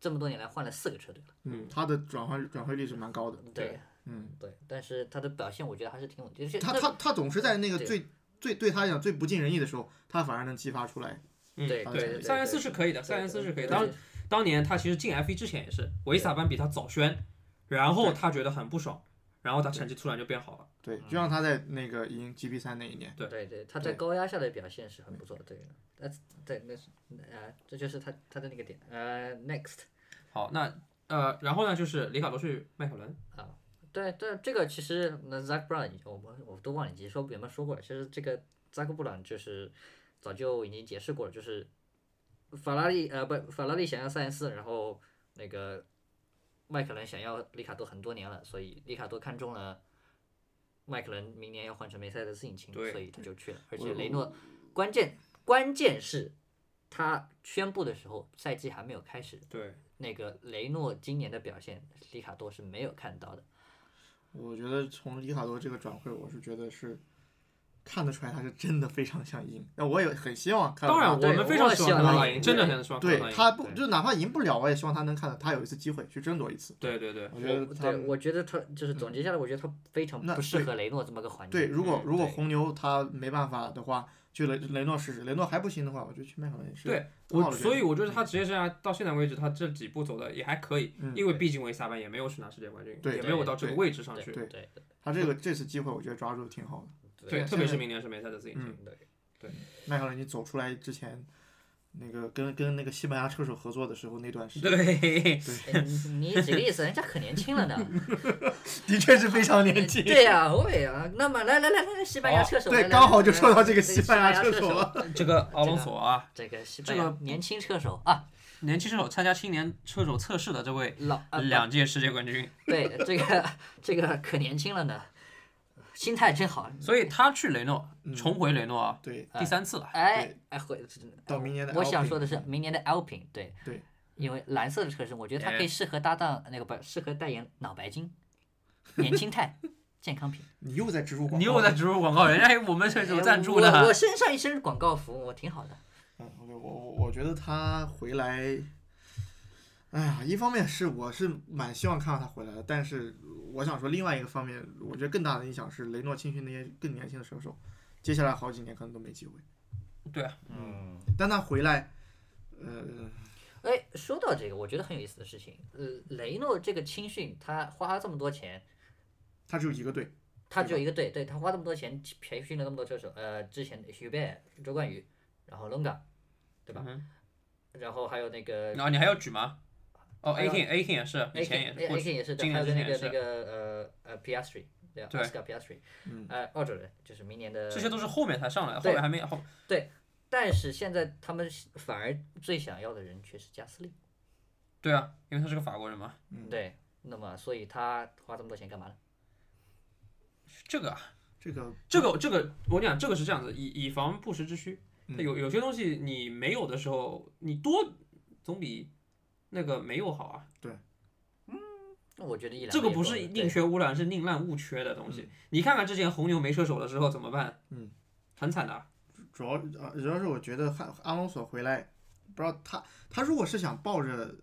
Speaker 4: 这么多年来换了四个车队了，
Speaker 5: 嗯他的转换转会率是蛮高的，
Speaker 4: 对
Speaker 5: 嗯，
Speaker 4: 对，但是他的表现我觉得还是挺稳定，就是
Speaker 5: 他
Speaker 4: 这
Speaker 5: 他他总是在那个
Speaker 4: 对
Speaker 5: 最最对他来讲最不尽人意的时候，他反而能激发出来，
Speaker 3: 嗯
Speaker 4: 啊对
Speaker 5: 对
Speaker 3: 对，
Speaker 5: 对
Speaker 3: 塞恩斯
Speaker 4: 对
Speaker 3: 是可以的，
Speaker 4: 对
Speaker 3: 塞恩斯是可以的。
Speaker 4: 对
Speaker 3: 当
Speaker 4: 对
Speaker 3: 当年他其实进 F 一之前也是，维斯塔潘比他早宣，然后他觉得很不爽，然后他成绩突然就变好了。
Speaker 5: 对，就像他在那个赢 GP 三那一年，
Speaker 3: 对
Speaker 4: 对对，他在
Speaker 5: 对
Speaker 4: 高压下的表现是很不错的，对，那对那是呃，这就是他他的那个点，呃，next
Speaker 3: 好，那呃，然后呢，就是里卡多去迈凯伦，
Speaker 4: 啊，对对，这个其实那 Zach Brown 已我们我都忘记说有没有说过了，其实这个扎克布朗就是早就已经解释过了，就是法拉利呃不法拉利想要塞恩斯，然后那个迈凯伦想要里卡多很多年了，所以里卡多看中了迈凯伦明年要换成梅赛德斯引擎，
Speaker 3: 对
Speaker 4: 所以他就去了，而且雷诺关键关键是他宣布的时候赛季还没有开始，
Speaker 3: 对，
Speaker 4: 那个雷诺今年的表现里卡多是没有看到的。
Speaker 5: 我觉得从里卡多这个转会，我是觉得是看得出来他是真的非常想赢。那我也很希望看到
Speaker 3: 当
Speaker 5: 他。
Speaker 3: 然我
Speaker 4: 对
Speaker 3: 们非
Speaker 4: 我
Speaker 3: 常
Speaker 4: 也
Speaker 3: 喜欢
Speaker 4: 希望
Speaker 3: 克
Speaker 4: 他
Speaker 3: 拉
Speaker 4: 赢
Speaker 3: 因，真的
Speaker 4: 对
Speaker 3: 很喜欢克拉
Speaker 5: 对
Speaker 3: 因，
Speaker 5: 他不
Speaker 4: 对
Speaker 5: 就哪怕赢不了，我也希望他能看到他有一次机会去争夺一次。
Speaker 3: 对对对，
Speaker 5: 我觉
Speaker 4: 我
Speaker 5: 得他
Speaker 4: 对，我觉得他就是总结下来，我觉得他非常
Speaker 5: 那
Speaker 4: 不适
Speaker 5: 对
Speaker 4: 合雷诺这么个环境。
Speaker 5: 对，如果
Speaker 3: 嗯
Speaker 5: 如果
Speaker 3: 对
Speaker 5: 红牛他没办法的话，去雷雷诺试试，雷诺还不行的话，我就去迈凯伦也是。
Speaker 3: 对
Speaker 5: 很好
Speaker 3: 我
Speaker 5: 的决
Speaker 3: 所以
Speaker 5: 定
Speaker 3: 我觉得他职业生涯到现在为止，他这几步走的也还可以，
Speaker 5: 嗯
Speaker 3: 因为毕竟维斯塔潘也没有去拿世界冠军，
Speaker 5: 对
Speaker 3: 也没有到这个位置上
Speaker 4: 对
Speaker 3: 去，
Speaker 4: 对
Speaker 5: 对
Speaker 4: 对
Speaker 5: 他这个这次机会，我觉得抓住挺好的。
Speaker 3: 对，嗯
Speaker 4: 对
Speaker 3: 特别是明年是梅赛德斯引擎，
Speaker 5: 迈凯伦你走出来之前，那个跟跟那个西班牙车手合作的时候那段时间，
Speaker 3: 对，
Speaker 4: 哎你你几个意思？人家可年轻了呢。
Speaker 5: 的确是非常 年轻。哦
Speaker 4: 对呀，对呀。那么来来来来，西班牙车手，
Speaker 5: 对
Speaker 4: 来来
Speaker 5: 刚好就
Speaker 4: 来
Speaker 5: 说到
Speaker 4: 来
Speaker 5: 这个
Speaker 4: 来
Speaker 5: 西
Speaker 4: 西
Speaker 5: 班牙
Speaker 4: 牙
Speaker 5: 车
Speaker 4: 车
Speaker 5: 手了，嗯
Speaker 3: 这个奥隆索啊，
Speaker 4: 这个西班
Speaker 3: 这
Speaker 4: 牙
Speaker 3: 个
Speaker 4: 年轻车手啊，
Speaker 3: 年轻车手参加青年车手测试的这位
Speaker 4: 老 啊
Speaker 3: 两届世界冠军，
Speaker 4: 对这个这个可年轻了呢，心态真好。
Speaker 3: 所以他去雷诺，重回雷诺啊，
Speaker 5: 对
Speaker 3: 第三次了，
Speaker 4: 嗯哎哎，回
Speaker 5: 到明年的
Speaker 4: 我想
Speaker 5: Alpine
Speaker 4: 说的是，明年的 Alpine 对
Speaker 5: 对，
Speaker 4: 因为蓝色的车身，我觉得它可
Speaker 3: 哎
Speaker 4: 以适合搭档那个不适合代言脑白金、年轻 态、健康品。
Speaker 5: 你又在植入广告，
Speaker 3: 你又在植入广告，人家我们这有赞助
Speaker 4: 哎我
Speaker 3: 的
Speaker 4: 我，身上一身广告服，我挺好的。
Speaker 5: 嗯，我我我我觉得他回来，哎呀，一方面是我是蛮希望看到他回来的，但是我想说另外一个方面，我觉得更大的影响是雷诺青训那些更年轻的车手，接下来好几年可能都没机会。
Speaker 3: 对啊，
Speaker 4: 嗯，
Speaker 5: 但他回来，呃，
Speaker 4: 哎，说到这个，我觉得很有意思的事情，呃，雷诺这个青训，他花了这么多钱，
Speaker 5: 他只有一个队，
Speaker 4: 他只有一个队，对他花这么多钱培训了那么多车手，呃，之前的 Hubert、周冠宇，然后 Longa，对吧？
Speaker 3: 嗯
Speaker 4: 然后还有那个
Speaker 3: 然后你还要举吗？哦
Speaker 4: 还
Speaker 3: ，A
Speaker 4: 有
Speaker 3: King A King 也是，以
Speaker 4: A K
Speaker 3: 前也是，过
Speaker 4: A K
Speaker 3: 去
Speaker 4: 也是，
Speaker 3: 今
Speaker 4: 对，还
Speaker 3: 年
Speaker 4: 有
Speaker 3: 之前
Speaker 4: 个那
Speaker 3: 也
Speaker 4: 个
Speaker 3: 是
Speaker 4: 那，个呃呃 Piastri，对
Speaker 3: 对
Speaker 4: ，Oscar Piastri，
Speaker 5: 嗯
Speaker 4: 呃，澳洲人，就是明年的
Speaker 3: 这些都是后面才上来，后
Speaker 4: 对
Speaker 3: 面还没后，
Speaker 4: 但是现在他们反而最想要的人却是加斯利，
Speaker 3: 对啊，因为他是个法国人嘛。
Speaker 4: 对，那么所以他花这么多钱干嘛呢？
Speaker 3: 这个啊，
Speaker 5: 这个
Speaker 3: 这个这个，我讲这个是这样子，以以防不时之需。
Speaker 4: 嗯
Speaker 3: 它有有些东西你没有的时候，你多总比那个没有好啊。
Speaker 4: 那我觉得一两
Speaker 3: 这个
Speaker 4: 也
Speaker 3: 不
Speaker 4: 够
Speaker 3: 是
Speaker 4: 了
Speaker 3: 宁缺毋滥，是宁滥勿缺的东
Speaker 4: 嗯
Speaker 3: 西。你看看之前红牛没车手的时候怎么办？
Speaker 5: 嗯，
Speaker 3: 很惨的。
Speaker 5: 主要啊，主要是我觉得汉阿隆索回来，不知道他他如果是想抱着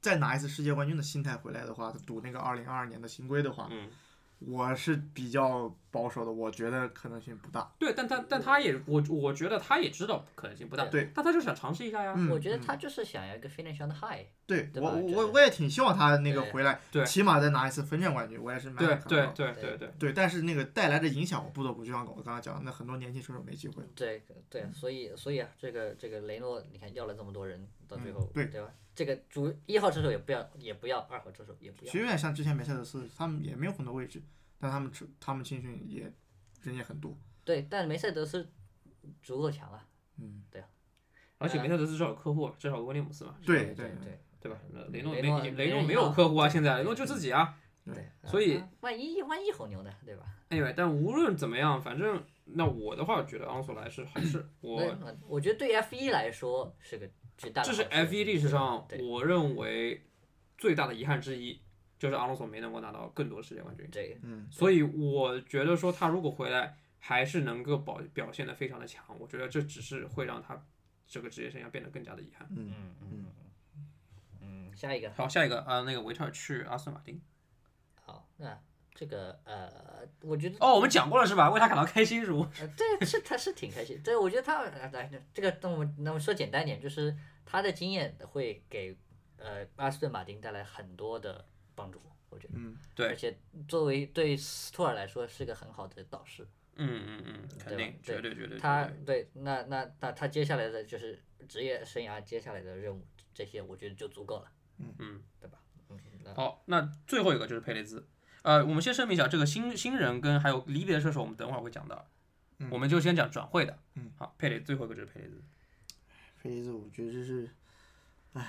Speaker 5: 再拿一次世界冠军的心态回来的话，他赌那个二零二二年的新规的话，
Speaker 3: 嗯，
Speaker 5: 我是比较保守的，我觉得可能性不大。
Speaker 3: 对，但但但他也，我我觉得他也知道可能性不大，
Speaker 5: 对，
Speaker 3: 但他就想尝试一下呀。
Speaker 5: 嗯
Speaker 4: 对我觉得他就是想要一个 finish on the high，
Speaker 5: 对
Speaker 4: 对
Speaker 5: 我
Speaker 4: 吧
Speaker 5: 我
Speaker 4: 就
Speaker 5: 我
Speaker 4: 是
Speaker 5: 我也挺希望他那个回来，
Speaker 3: 对
Speaker 5: 起码再拿一次分站冠军，我也是蛮
Speaker 3: 对
Speaker 5: 想看
Speaker 3: 对
Speaker 5: 到的
Speaker 3: 对
Speaker 4: 对
Speaker 3: 对对，
Speaker 5: 对但是那个带来的影响，我不得不就像我刚才讲的，那很多年轻车手没机会。
Speaker 4: 对对，
Speaker 3: 嗯
Speaker 4: 所以所以啊，这个这个雷诺，你看要了这么多人，到最
Speaker 5: 嗯
Speaker 4: 后
Speaker 5: 对
Speaker 4: 吧？这个主一号车手也不要，也不要，二号车手也不
Speaker 5: 其
Speaker 4: 要
Speaker 5: 实，有点像之前梅赛德斯，他们也没有很多位置，但他们车他们青训也人也很多。
Speaker 4: 对，但梅赛德斯足够强了，
Speaker 5: 嗯，
Speaker 3: 而且梅赛德斯至少有客户嘛，至少有威廉姆斯嘛，
Speaker 5: 对
Speaker 4: 对
Speaker 5: 对，
Speaker 3: 对吧？那雷诺
Speaker 4: 雷
Speaker 3: 没
Speaker 4: 诺
Speaker 3: 已经
Speaker 4: 没
Speaker 3: 雷诺
Speaker 4: 人
Speaker 3: 没有
Speaker 4: 要
Speaker 3: 客户啊，
Speaker 4: 对
Speaker 3: 现在雷
Speaker 4: 对
Speaker 3: 诺就自己啊。
Speaker 4: 对，
Speaker 3: 所以
Speaker 4: 啊万一万一红牛呢，对吧？
Speaker 3: anyway，但无论怎么样，反正那我的话，觉得昂索莱是好 事。
Speaker 4: 对
Speaker 3: 我
Speaker 4: 嗯我觉得对 F 一来说是个巨大的
Speaker 3: 这是
Speaker 4: 好事，
Speaker 3: F 一历史上
Speaker 4: 对
Speaker 3: 我认为最大的遗憾之一，就是昂索没能够拿到更多世界冠军。
Speaker 4: 对
Speaker 3: 所以我觉得说他如果回来还是能够保表现的非常的强，我觉得这只是会让他这个职业生涯变得更加的遗憾。
Speaker 4: 嗯嗯嗯，下一个
Speaker 3: 好，下一个啊、呃那个维特尔去阿斯顿马丁。
Speaker 4: 好，那这个呃，我觉得
Speaker 3: 哦，我们讲过了是吧？为他感到开心，如
Speaker 4: 呃对，是他是挺开心。对，我觉得他呃来这个，那我们那我们说简单点，就是他的经验会给呃阿斯顿马丁带来很多的帮助。我觉得。
Speaker 5: 嗯，
Speaker 3: 对
Speaker 4: 而且作为对斯图尔来说是个很好的导师，
Speaker 3: 嗯嗯嗯，肯定，
Speaker 4: 对吧对
Speaker 3: 绝对绝对。
Speaker 4: 他
Speaker 3: 绝对
Speaker 4: 对那那那他接下来的就是职业生涯接下来的任务，这些我觉得就足够了，
Speaker 3: 嗯，
Speaker 4: 对吧？嗯，那
Speaker 3: 好，那最后一个就是佩雷兹。呃，我们先声明一下，这个新新人跟还有离别的射手，我们等会儿会讲到。我们就先讲转会的。
Speaker 5: 嗯，
Speaker 3: 好，佩雷最后一个就是佩雷兹。
Speaker 5: 佩雷兹，我觉得这是，唉，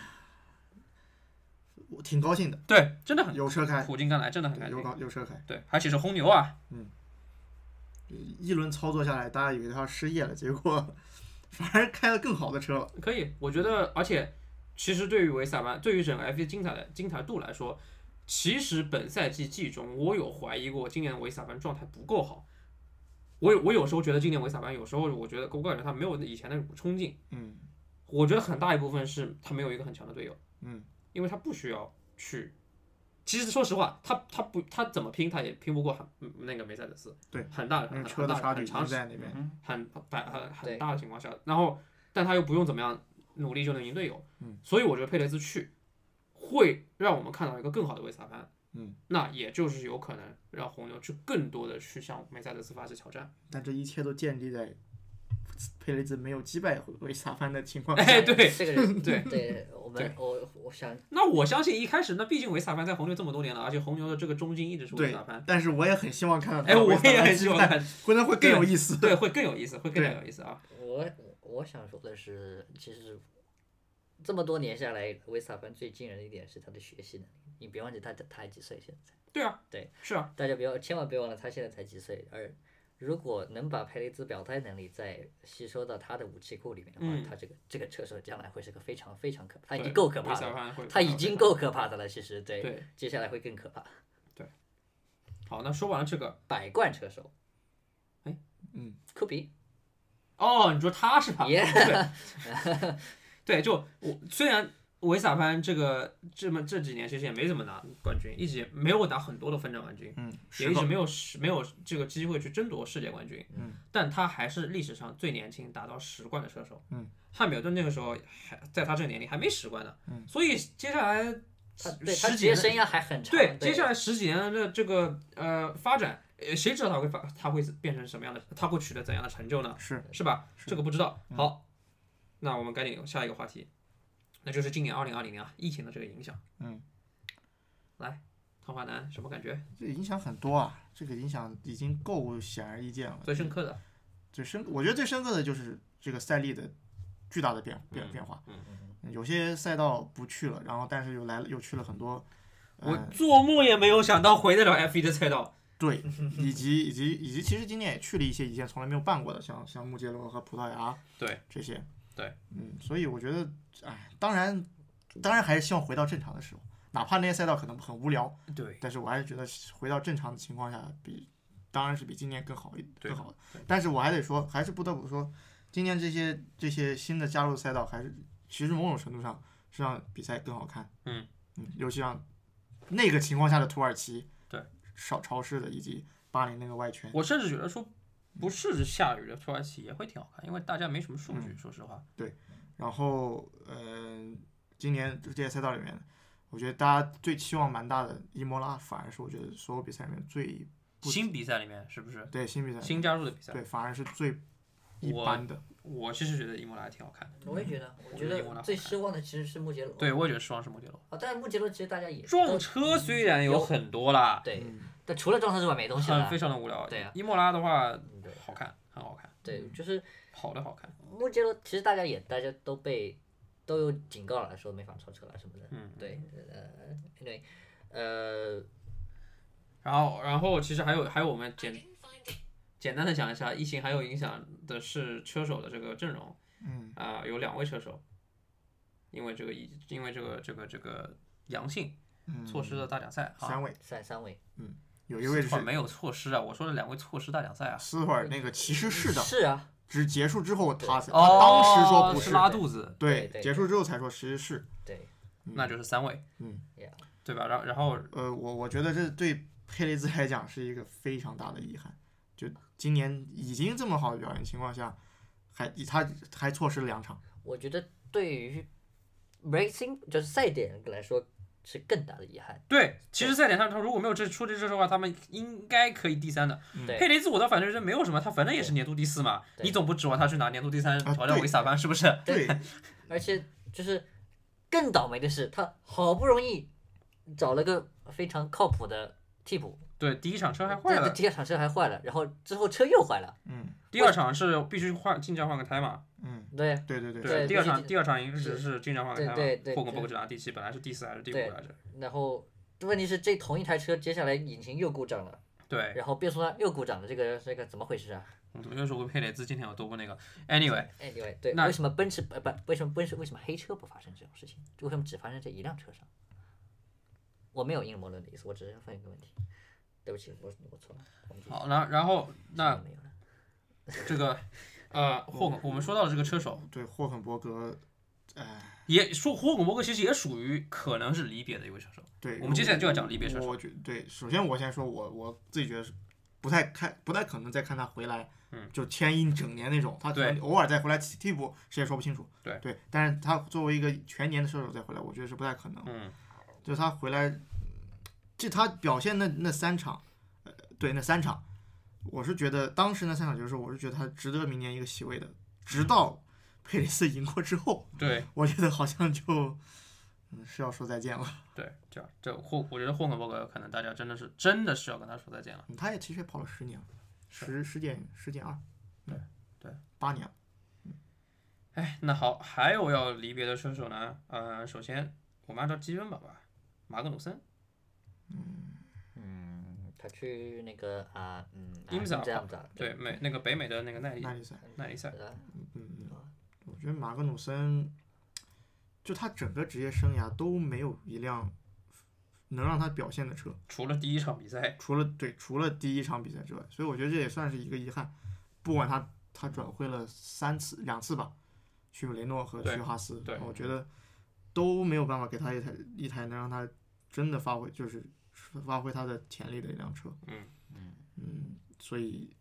Speaker 5: 我挺高兴的，
Speaker 3: 对，真的很
Speaker 5: 有车开，
Speaker 3: 苦尽甘来，真的很开
Speaker 5: 对有
Speaker 3: 心。
Speaker 5: 高有车开。
Speaker 3: 哎对，而且是红牛啊，
Speaker 5: 一轮操作下来，大家以为他要失业了，结果 反而开了更好的车了。
Speaker 3: 可以，我觉得，而且其实对于维斯塔潘，对于整个 F 一精彩的精彩度来说，其实本赛季季中，我有怀疑过今年维斯塔潘状态不够好。我有我有时候觉得今年维斯塔潘，有时候我觉得我感觉他没有以前那种冲劲。
Speaker 5: 嗯
Speaker 3: 我觉得很大一部分是他没有一个很强的队友，
Speaker 5: 嗯，
Speaker 3: 因为他不需要去。其实说实话，他他不他怎么拼他也拼不过很嗯那个梅赛德斯，
Speaker 5: 对
Speaker 3: 很大的
Speaker 5: 因为
Speaker 3: 很
Speaker 5: 车
Speaker 3: 很
Speaker 5: 的
Speaker 3: 大
Speaker 5: 差
Speaker 3: 很
Speaker 5: 距
Speaker 3: 长
Speaker 5: 就
Speaker 3: 时
Speaker 5: 在那边。
Speaker 3: 很百很很
Speaker 4: 对
Speaker 3: 大的情况下，然后但他又不用怎么样努力就能赢队友，
Speaker 5: 嗯，
Speaker 3: 所以我觉得佩雷兹去会让我们看到一个更好的维斯塔潘，
Speaker 5: 嗯，
Speaker 3: 那也就是有可能让红牛去更多的去向梅赛德斯发起挑战，
Speaker 5: 但这一切都建立在佩雷兹没有击败维斯塔潘的情况下。
Speaker 3: 哎，对，
Speaker 4: 这个人
Speaker 3: 对
Speaker 4: 对，我们我我想
Speaker 3: 那我相信一开始那毕竟维斯塔潘在红牛这么多年了，而且红牛的这个中心一直是维斯
Speaker 5: 对
Speaker 3: 塔潘，，
Speaker 5: 但是我也很希望看到他。
Speaker 3: 哎，我也很希望，看，
Speaker 5: 回来会更有意思。
Speaker 3: 对，会更有意思，会更加有意思啊，
Speaker 4: 我我我想说的是，其实这么多年下来，维斯塔潘最惊人的一点是他的学习能力。你别忘记他他还几岁现在，
Speaker 3: 对啊，
Speaker 4: 对，
Speaker 3: 是啊，
Speaker 4: 大家不要千万别忘了他现在才几岁。而如果能把佩雷兹表态能力再吸收到他的武器库里面的话，
Speaker 3: 嗯
Speaker 4: 他这个这个车手将来会是个非常非常可怕，他
Speaker 3: 他
Speaker 4: 已经够可
Speaker 3: 维
Speaker 4: 怕
Speaker 3: 斯塔
Speaker 4: 了，
Speaker 3: 潘会，
Speaker 4: 他已经够可怕的了。其实对，
Speaker 3: 对。
Speaker 4: 接下来会更可怕，
Speaker 3: 好，那说完了这个，
Speaker 4: 百冠车手
Speaker 3: 哎
Speaker 5: 嗯，
Speaker 4: 科比，
Speaker 3: 哦，你说他是吧？
Speaker 4: 耶、
Speaker 3: 对， 就我虽然维斯塔潘这个这么这几年其实也没怎么拿冠军，一直也没有拿很多的分站冠军，
Speaker 5: 嗯，
Speaker 3: 也一直没有是没有这个机会去争夺世界冠军。
Speaker 5: 嗯，
Speaker 3: 但他还是历史上最年轻达到十冠的射手。
Speaker 5: 嗯，
Speaker 3: 汉密尔顿那个时候还在他这个年龄还没十冠呢。
Speaker 5: 嗯，
Speaker 3: 所以接下来
Speaker 4: 他
Speaker 3: 十
Speaker 4: 对他
Speaker 3: 十
Speaker 4: 职
Speaker 3: 几
Speaker 4: 业
Speaker 3: 年
Speaker 4: 生涯还很长，
Speaker 3: 对接下来十几年的这个呃发展，呃谁知道他会发他会变成什么样的，他会取得怎样的成就呢？
Speaker 5: 是嗯
Speaker 3: 是吧？这个不知道。好，那我们赶紧下一个话题，那就是今年二零二零年啊，疫情的这个影响。
Speaker 5: 嗯，
Speaker 3: 来，汤华南什么感觉？
Speaker 5: 这影响很多啊，这个影响已经够显而易见了。
Speaker 3: 最深刻的，
Speaker 5: 最深，我觉得最深刻的就是这个赛历的巨大的变变变化。
Speaker 3: 嗯
Speaker 5: 有些赛道不去了，然后但是又来了又去了很多。
Speaker 3: 我
Speaker 5: 呃
Speaker 3: 做梦也没有想到回得了 F 一的赛道。
Speaker 5: 对，以及以及以及，其实今年也去了一些以前从来没有办过的，像像穆杰罗和葡萄牙，
Speaker 3: 对
Speaker 5: 这些，
Speaker 3: 对，
Speaker 5: 嗯，所以我觉得，哎，当然，当然还是希望回到正常的时候，哪怕那些赛道可能很无聊，
Speaker 3: 对，
Speaker 5: 但是我还是觉得回到正常的情况下比，当然是比今年更好一
Speaker 3: 对
Speaker 5: 更好的。但是我还得说，还是不得不说，今年这些这些新的加入赛道，还是其实某种程度上是让比赛更好看。
Speaker 3: 嗯
Speaker 5: 嗯，尤其让那个情况下的土耳其
Speaker 3: 对
Speaker 5: 少潮湿的，以及巴黎那个外圈，
Speaker 3: 我甚至觉得说。不是下雨的土耳其也会挺好看，因为大家没什么数
Speaker 5: 嗯
Speaker 3: 据，说实话。
Speaker 5: 然后嗯、今年这些赛道里面。我觉得大家最期望蛮大的伊莫拉，反而是我觉得所有比赛里面最不
Speaker 3: 新比赛里面是不是
Speaker 5: 对新比赛里面，
Speaker 3: 新加入的比赛？
Speaker 5: 对，反而是最一
Speaker 3: 我
Speaker 5: 般的。
Speaker 3: 我其实觉得伊莫拉还挺好看的。
Speaker 4: 我也觉得，我觉
Speaker 3: 我觉得英国
Speaker 4: 得
Speaker 3: 拿
Speaker 4: 最
Speaker 3: 好看
Speaker 4: 失望的其实是穆杰罗。
Speaker 3: 对，我也觉得失望是摩羯罗。
Speaker 4: 啊，但是穆杰罗其实大家也
Speaker 3: 撞
Speaker 4: 都
Speaker 3: 车虽然有很多啦，
Speaker 4: 对，但除了撞车之外没东西
Speaker 3: 很
Speaker 4: 了
Speaker 3: 非。常的无聊。
Speaker 4: 对呀
Speaker 3: 伊莫拉的话
Speaker 4: 嗯对，
Speaker 3: 好看，很好看，
Speaker 4: 对，就是
Speaker 3: 跑的好看。
Speaker 4: 穆杰罗，其实大家也大家都被都有警告了，说没法超车了什么的。
Speaker 3: 嗯
Speaker 4: 对，呃，对，呃，
Speaker 3: 然后，然后其实还有还有我们简简单的讲一下，疫情还有影响的是车手的这个阵容
Speaker 5: 嗯，
Speaker 3: 啊、有两位车手因为这个疫，因为这个这个这个阳性
Speaker 5: 嗯
Speaker 3: 错失了大奖赛啊，
Speaker 5: 三位，
Speaker 4: 三三位
Speaker 5: 有一位
Speaker 3: 错
Speaker 5: 是
Speaker 3: 没有错失啊，我说的两位错失大奖赛啊。
Speaker 5: 斯图尔那个骑士式的，
Speaker 4: 是啊，
Speaker 5: 只结束之后他才他
Speaker 3: 哦，
Speaker 5: 当时说不
Speaker 3: 是
Speaker 5: 是，
Speaker 3: 拉肚子，
Speaker 5: 对
Speaker 4: 对，对
Speaker 5: 结束之后才说其实是。嗯
Speaker 4: 对，
Speaker 3: 那就是三位，
Speaker 4: 呀，
Speaker 3: 对吧？然后然后
Speaker 5: 呃，我我觉得这对佩雷兹来讲是一个非常大的遗憾，就今年已经这么好的表现情况下，还他还错失了两场。
Speaker 4: 我觉得对于 racing 就是赛点来说，是更大的遗憾。
Speaker 3: 对，其实赛点上他如果没有这出这支的话，他们应该可以第三的。
Speaker 4: 对
Speaker 3: 佩雷兹我倒反正觉得没有什么，他反正也是年度第四嘛，
Speaker 4: 嗯对
Speaker 3: 你总不指望他去拿年度第三
Speaker 5: 啊
Speaker 3: 挑战
Speaker 5: 对
Speaker 3: 维斯塔潘是不是？
Speaker 5: 对，
Speaker 4: 而且就是更倒霉的是，他好不容易找了个非常靠谱的替补，
Speaker 3: 对，第一场车还坏
Speaker 4: 但是
Speaker 3: 了，
Speaker 4: 第二场车还坏了，然后之后车又坏了，
Speaker 5: 嗯
Speaker 3: 第二场是必须换进站换个胎嘛。
Speaker 5: 嗯，
Speaker 4: 对
Speaker 5: 对对对，
Speaker 4: 对
Speaker 3: 第二
Speaker 4: 必
Speaker 3: 场
Speaker 4: 须
Speaker 3: 第二场应该
Speaker 4: 是
Speaker 3: 是是进站换个
Speaker 4: 对
Speaker 3: 胎
Speaker 4: 对
Speaker 3: 嘛，
Speaker 4: 对
Speaker 3: 霍肯
Speaker 4: 对
Speaker 3: 伯格只拿第七，本来是第四还是第五
Speaker 4: 对
Speaker 3: 来着？
Speaker 4: 然后问题是这同一台车接下来引擎又故障了，
Speaker 3: 对，
Speaker 4: 然后变速箱又故障了，这个这个怎么回事啊？
Speaker 3: 我们又说过佩雷兹今天有多过那个，anyway，
Speaker 4: Anyway，对，
Speaker 3: 那
Speaker 4: 为什么奔驰呃不为什么奔驰为什么黑车不发生这种事情？为什么只发生这一辆车上？我没有阴谋论的意思，我只是问一个问题。对不起，我我错了。我们继续
Speaker 3: 好，然然后那
Speaker 4: 没有了。
Speaker 3: 这个呃霍肯，我们说到了这个车手，
Speaker 5: 对霍肯伯格，哎，
Speaker 3: 也说霍肯伯格其实也属于可能是离别的一位车手，
Speaker 5: 对，
Speaker 3: 我们接下来就要讲离别车手
Speaker 5: 我觉对，首先我先说我我自己觉得是不太看不太可能再看他回来，
Speaker 3: 嗯，
Speaker 5: 就签一整年那种，他可能偶尔再回来替替补，谁也说不清楚。
Speaker 3: 对
Speaker 5: 对，但是他作为一个全年的射手再回来，我觉得是不太可能。
Speaker 3: 嗯，
Speaker 5: 就是他回来，就他表现那那三场，呃，对，那三场，我是觉得当时那三场就是我是觉得他值得明年一个席位的，直到佩雷斯赢过之后，
Speaker 3: 对
Speaker 5: 我觉得好像就。嗯，是要说再见了。
Speaker 3: 对，这样这霍，我觉得霍肯伯格可能大家真的是真的是要跟他说再见了。
Speaker 5: 嗯他也的确跑了十年了，十十点十点二，
Speaker 3: 对
Speaker 5: 嗯
Speaker 3: 对，
Speaker 5: 八年了。
Speaker 3: 哎，那好，还有要离别的车手呢，呃，首先我们按照积分榜吧，马格努森，
Speaker 4: 啊嗯，他去那个啊，嗯，
Speaker 3: 伊姆
Speaker 4: 这
Speaker 3: 萨
Speaker 4: 样子啊，
Speaker 3: 对美那个北美的那个耐力
Speaker 5: 耐力赛，
Speaker 3: 耐力赛，
Speaker 4: 对吧
Speaker 5: 嗯，我觉得马格努森，就他整个职业生涯都没有一辆能让他表现的车，
Speaker 3: 除了第一场比赛，
Speaker 5: 除了对，除了第一场比赛之外，所以我觉得这也算是一个遗憾。不管他他转会了三次两次吧，去雷诺和
Speaker 3: 对
Speaker 5: 去哈斯
Speaker 3: 对，
Speaker 5: 我觉得都没有办法给他一台一台能让他真的发挥就是发挥他的潜力的一辆车。
Speaker 3: 嗯
Speaker 5: 嗯，所以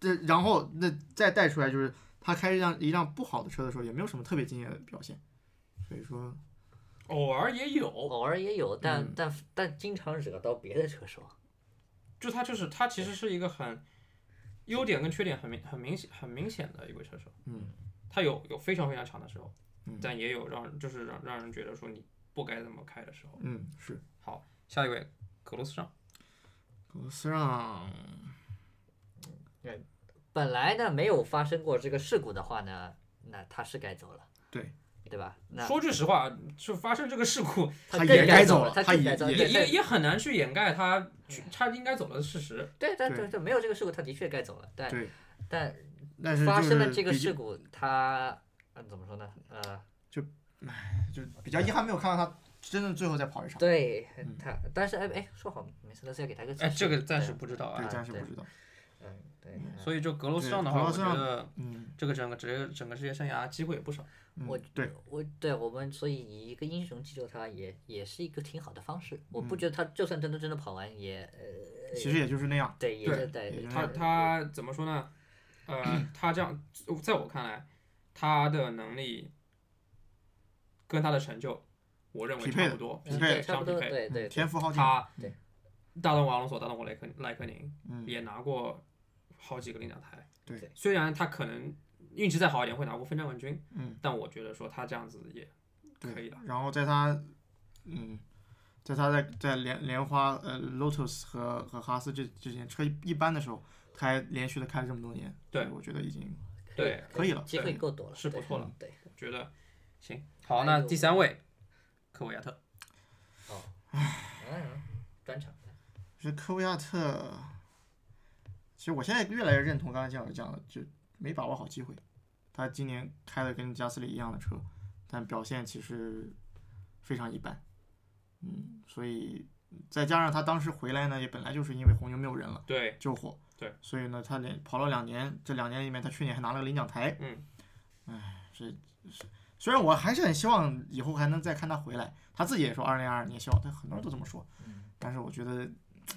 Speaker 5: 这然后那再带出来就是他开一辆一辆不好的车的时候，也没有什么特别惊艳的表现。所以说，
Speaker 3: 偶尔也有，
Speaker 4: 偶尔也有，但
Speaker 5: 嗯
Speaker 4: 但但经常惹到别的车手。
Speaker 3: 就他就是他其实是一个很优点跟缺点很明很明显很明显的一位车手，
Speaker 5: 嗯，
Speaker 3: 他有有非常非常长的时候
Speaker 5: 嗯，
Speaker 3: 但也有让就是让让人觉得说你不该这么开的时候。
Speaker 5: 嗯，是
Speaker 3: 好，下一位格罗斯上，
Speaker 5: 格罗斯让，
Speaker 4: 本来呢，没有发生过这个事故的话呢，那他是该走了。
Speaker 5: 对。
Speaker 4: 对吧？那
Speaker 3: 说句实话，就发生这个事故，
Speaker 5: 他
Speaker 4: 更
Speaker 5: 也
Speaker 4: 该
Speaker 5: 该
Speaker 4: 走
Speaker 5: 走
Speaker 4: 了
Speaker 5: 了，
Speaker 4: 他
Speaker 5: 他
Speaker 4: 更
Speaker 5: 也
Speaker 4: 该走了
Speaker 5: 也
Speaker 3: 也
Speaker 4: 对
Speaker 3: 也也很难去掩盖他他应该走了的事实。
Speaker 4: 对，但
Speaker 5: 对
Speaker 4: 对对，没有这个事故，他的确该走了。但
Speaker 5: 对，
Speaker 4: 但
Speaker 5: 但是
Speaker 4: 发
Speaker 5: 就
Speaker 4: 生了
Speaker 5: 是
Speaker 4: 这个
Speaker 5: 比
Speaker 4: 事故，他呃怎么说呢？呃，
Speaker 5: 就是比较遗憾没有看到他真的最后再跑一场。
Speaker 4: 对
Speaker 5: 嗯
Speaker 4: 他，但是哎哎，说好每次都是要给他一个
Speaker 3: 哎，
Speaker 4: 解释
Speaker 3: 这个暂时不知道
Speaker 5: 对，
Speaker 3: 啊。
Speaker 5: 暂时
Speaker 4: 对
Speaker 5: 不知道。
Speaker 4: 嗯对，
Speaker 3: 所以就格罗斯上的
Speaker 5: 对
Speaker 3: 话，我
Speaker 5: 格罗斯
Speaker 3: 觉
Speaker 5: 上
Speaker 3: 得
Speaker 5: 嗯，
Speaker 3: 这个整个职业整个职业生涯机会也不少。
Speaker 5: 嗯
Speaker 4: 我
Speaker 5: 对
Speaker 4: 我对我们所以以一个英雄记录他也也是一个挺好的方式。我不
Speaker 5: 嗯
Speaker 4: 觉得他就算真的真的跑完也呃
Speaker 5: 其实也就是那样。
Speaker 4: 对也
Speaker 5: 对
Speaker 4: 是嗯对
Speaker 5: 也就
Speaker 3: 他
Speaker 5: 是
Speaker 3: 他怎么说呢？呃，他这样，在我看来，他的能力跟他的成就，我认为
Speaker 5: 匹
Speaker 3: 差
Speaker 5: 配的
Speaker 3: 不多，
Speaker 5: 匹
Speaker 4: 嗯
Speaker 5: 配嗯
Speaker 4: 对
Speaker 5: 的
Speaker 4: 差
Speaker 3: 相
Speaker 4: 不多
Speaker 3: 匹配。
Speaker 4: 对对
Speaker 5: 天赋耗尽。
Speaker 3: 他
Speaker 4: 嗯对
Speaker 3: 打动瓦隆索，打动我莱克莱克宁，
Speaker 5: 嗯，
Speaker 3: 也拿过好几个领奖台。
Speaker 5: 对
Speaker 4: 对，
Speaker 3: 虽然他可能运气再好一点会拿过分站冠军，
Speaker 5: 嗯，
Speaker 3: 但我觉得说他这样子也可以
Speaker 5: 对
Speaker 3: 了。。
Speaker 5: 然后在他，嗯，在他在在莲莲花呃 Lotus 和和哈斯这之间车一般的时候，他还连续的开了这么多年。
Speaker 3: 对
Speaker 5: 所以我觉得已经
Speaker 3: 对
Speaker 5: 可以了
Speaker 4: 机
Speaker 3: 对
Speaker 4: 会够多了，
Speaker 3: 是
Speaker 4: 对
Speaker 3: 不错了。
Speaker 4: 对，
Speaker 3: 我觉得行，
Speaker 4: 还
Speaker 3: 好，那
Speaker 4: 有
Speaker 3: 第三位，科维亚特，
Speaker 4: 哦，嗯，专场。
Speaker 5: 是科维亚特。其实我现在越来越认同刚才金老师讲的，就没把握好机会。他今年开了跟加斯利一样的车，但表现其实非常一般。嗯，所以再加上他当时回来呢，也本来就是因为红牛没有人了。
Speaker 3: 对
Speaker 5: 救火。
Speaker 3: 对，
Speaker 5: 所以呢，他连跑了两年，这两年里面，他去年还拿了个领奖台。
Speaker 3: 嗯，
Speaker 5: 唉，这是虽然我还是很希望以后还能再看他回来，他自己也说二零二二年希望，但很多人都这么说。
Speaker 4: 嗯
Speaker 5: 但是我觉得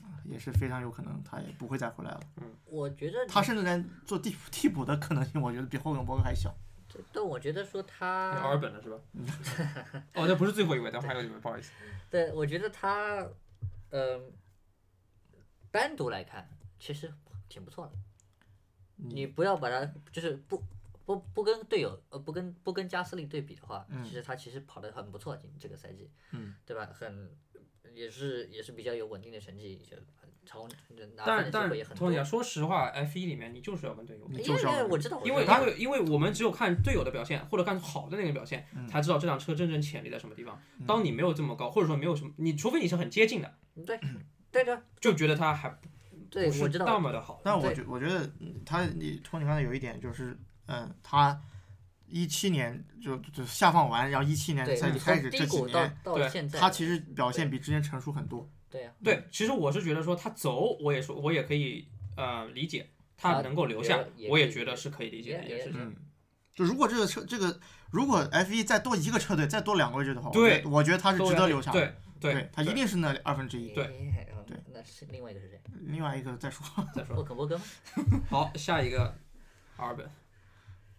Speaker 5: 呃也是非常有可能，他也不会
Speaker 4: 嗯
Speaker 5: 再回来了。
Speaker 4: 我觉得
Speaker 5: 他甚至连做替替补的可能性，我觉得比霍肯伯格还小。
Speaker 4: 这但我觉得说
Speaker 3: 那个奥尔
Speaker 4: 他，
Speaker 3: 本的是 吧？哦，那不是最后一位，但还有一位，不好意思。
Speaker 4: 对我觉得他，嗯、单独来看其实挺不错的。你不要把他就是不不不跟队友呃不跟不跟加斯利对比的话，
Speaker 5: 嗯
Speaker 4: 其实他其实跑得很不错，今这个赛季，
Speaker 5: 嗯，
Speaker 4: 对吧？很也是也是比较有稳定的成绩，就很超拿
Speaker 3: 但
Speaker 4: 分
Speaker 3: 是
Speaker 4: 的
Speaker 3: 但
Speaker 4: 机会
Speaker 3: 是
Speaker 4: 也，很
Speaker 3: 同
Speaker 4: 多。
Speaker 3: 样说实话，F 一里面你就是要跟队友比，
Speaker 5: 你
Speaker 4: 因
Speaker 5: 就
Speaker 4: 为
Speaker 5: 是要
Speaker 4: 我知道，
Speaker 3: 因为
Speaker 4: 他
Speaker 3: 因为因为我们只有看队友的表现，或者看好的那个表现，
Speaker 5: 嗯
Speaker 3: 才知道这辆车真正潜力在什么地方。当你没有这么高，或者说没有什么，你除非你是很接近的，
Speaker 4: 对对的，
Speaker 3: 就觉得它还不
Speaker 4: 对
Speaker 3: 是
Speaker 4: 我知
Speaker 3: 那
Speaker 4: 道，
Speaker 3: 么的好。
Speaker 5: 但我
Speaker 4: 对
Speaker 5: 觉我觉得嗯他你托尼刚才有一点就是，嗯，他一七年就就下放完，然后一七年
Speaker 4: 对，
Speaker 5: 赛季
Speaker 4: 从
Speaker 5: 开始
Speaker 4: 低
Speaker 5: 这几
Speaker 4: 谷到
Speaker 5: 年，
Speaker 4: 到
Speaker 3: 对
Speaker 4: 现在，
Speaker 5: 他其实表现比之前成熟很多。
Speaker 4: 对啊呀，
Speaker 3: 对，其实我是觉得说他走，我也说我也可以呃理解，他
Speaker 4: 他
Speaker 3: 能够留下
Speaker 4: 留，也
Speaker 3: 我也
Speaker 4: 可以
Speaker 3: 觉得
Speaker 4: 留
Speaker 3: 是可以理解
Speaker 4: 也
Speaker 3: 的一件
Speaker 4: 也
Speaker 3: 事情。
Speaker 5: 嗯，就如果这个车这个如果 F 一再多一个车队，再多两个位置的话，我觉
Speaker 3: 对
Speaker 5: 得我觉得他是
Speaker 3: 都
Speaker 5: 值
Speaker 3: 要
Speaker 5: 得留下的。
Speaker 3: 对对，
Speaker 5: 他一定是那二分之一。
Speaker 3: 对
Speaker 4: 嗯
Speaker 5: 对
Speaker 4: 那是另外一个是谁？
Speaker 5: 另外一个再说，
Speaker 3: 再说
Speaker 4: 沃肯沃根吗？
Speaker 3: 好，下一个阿尔本，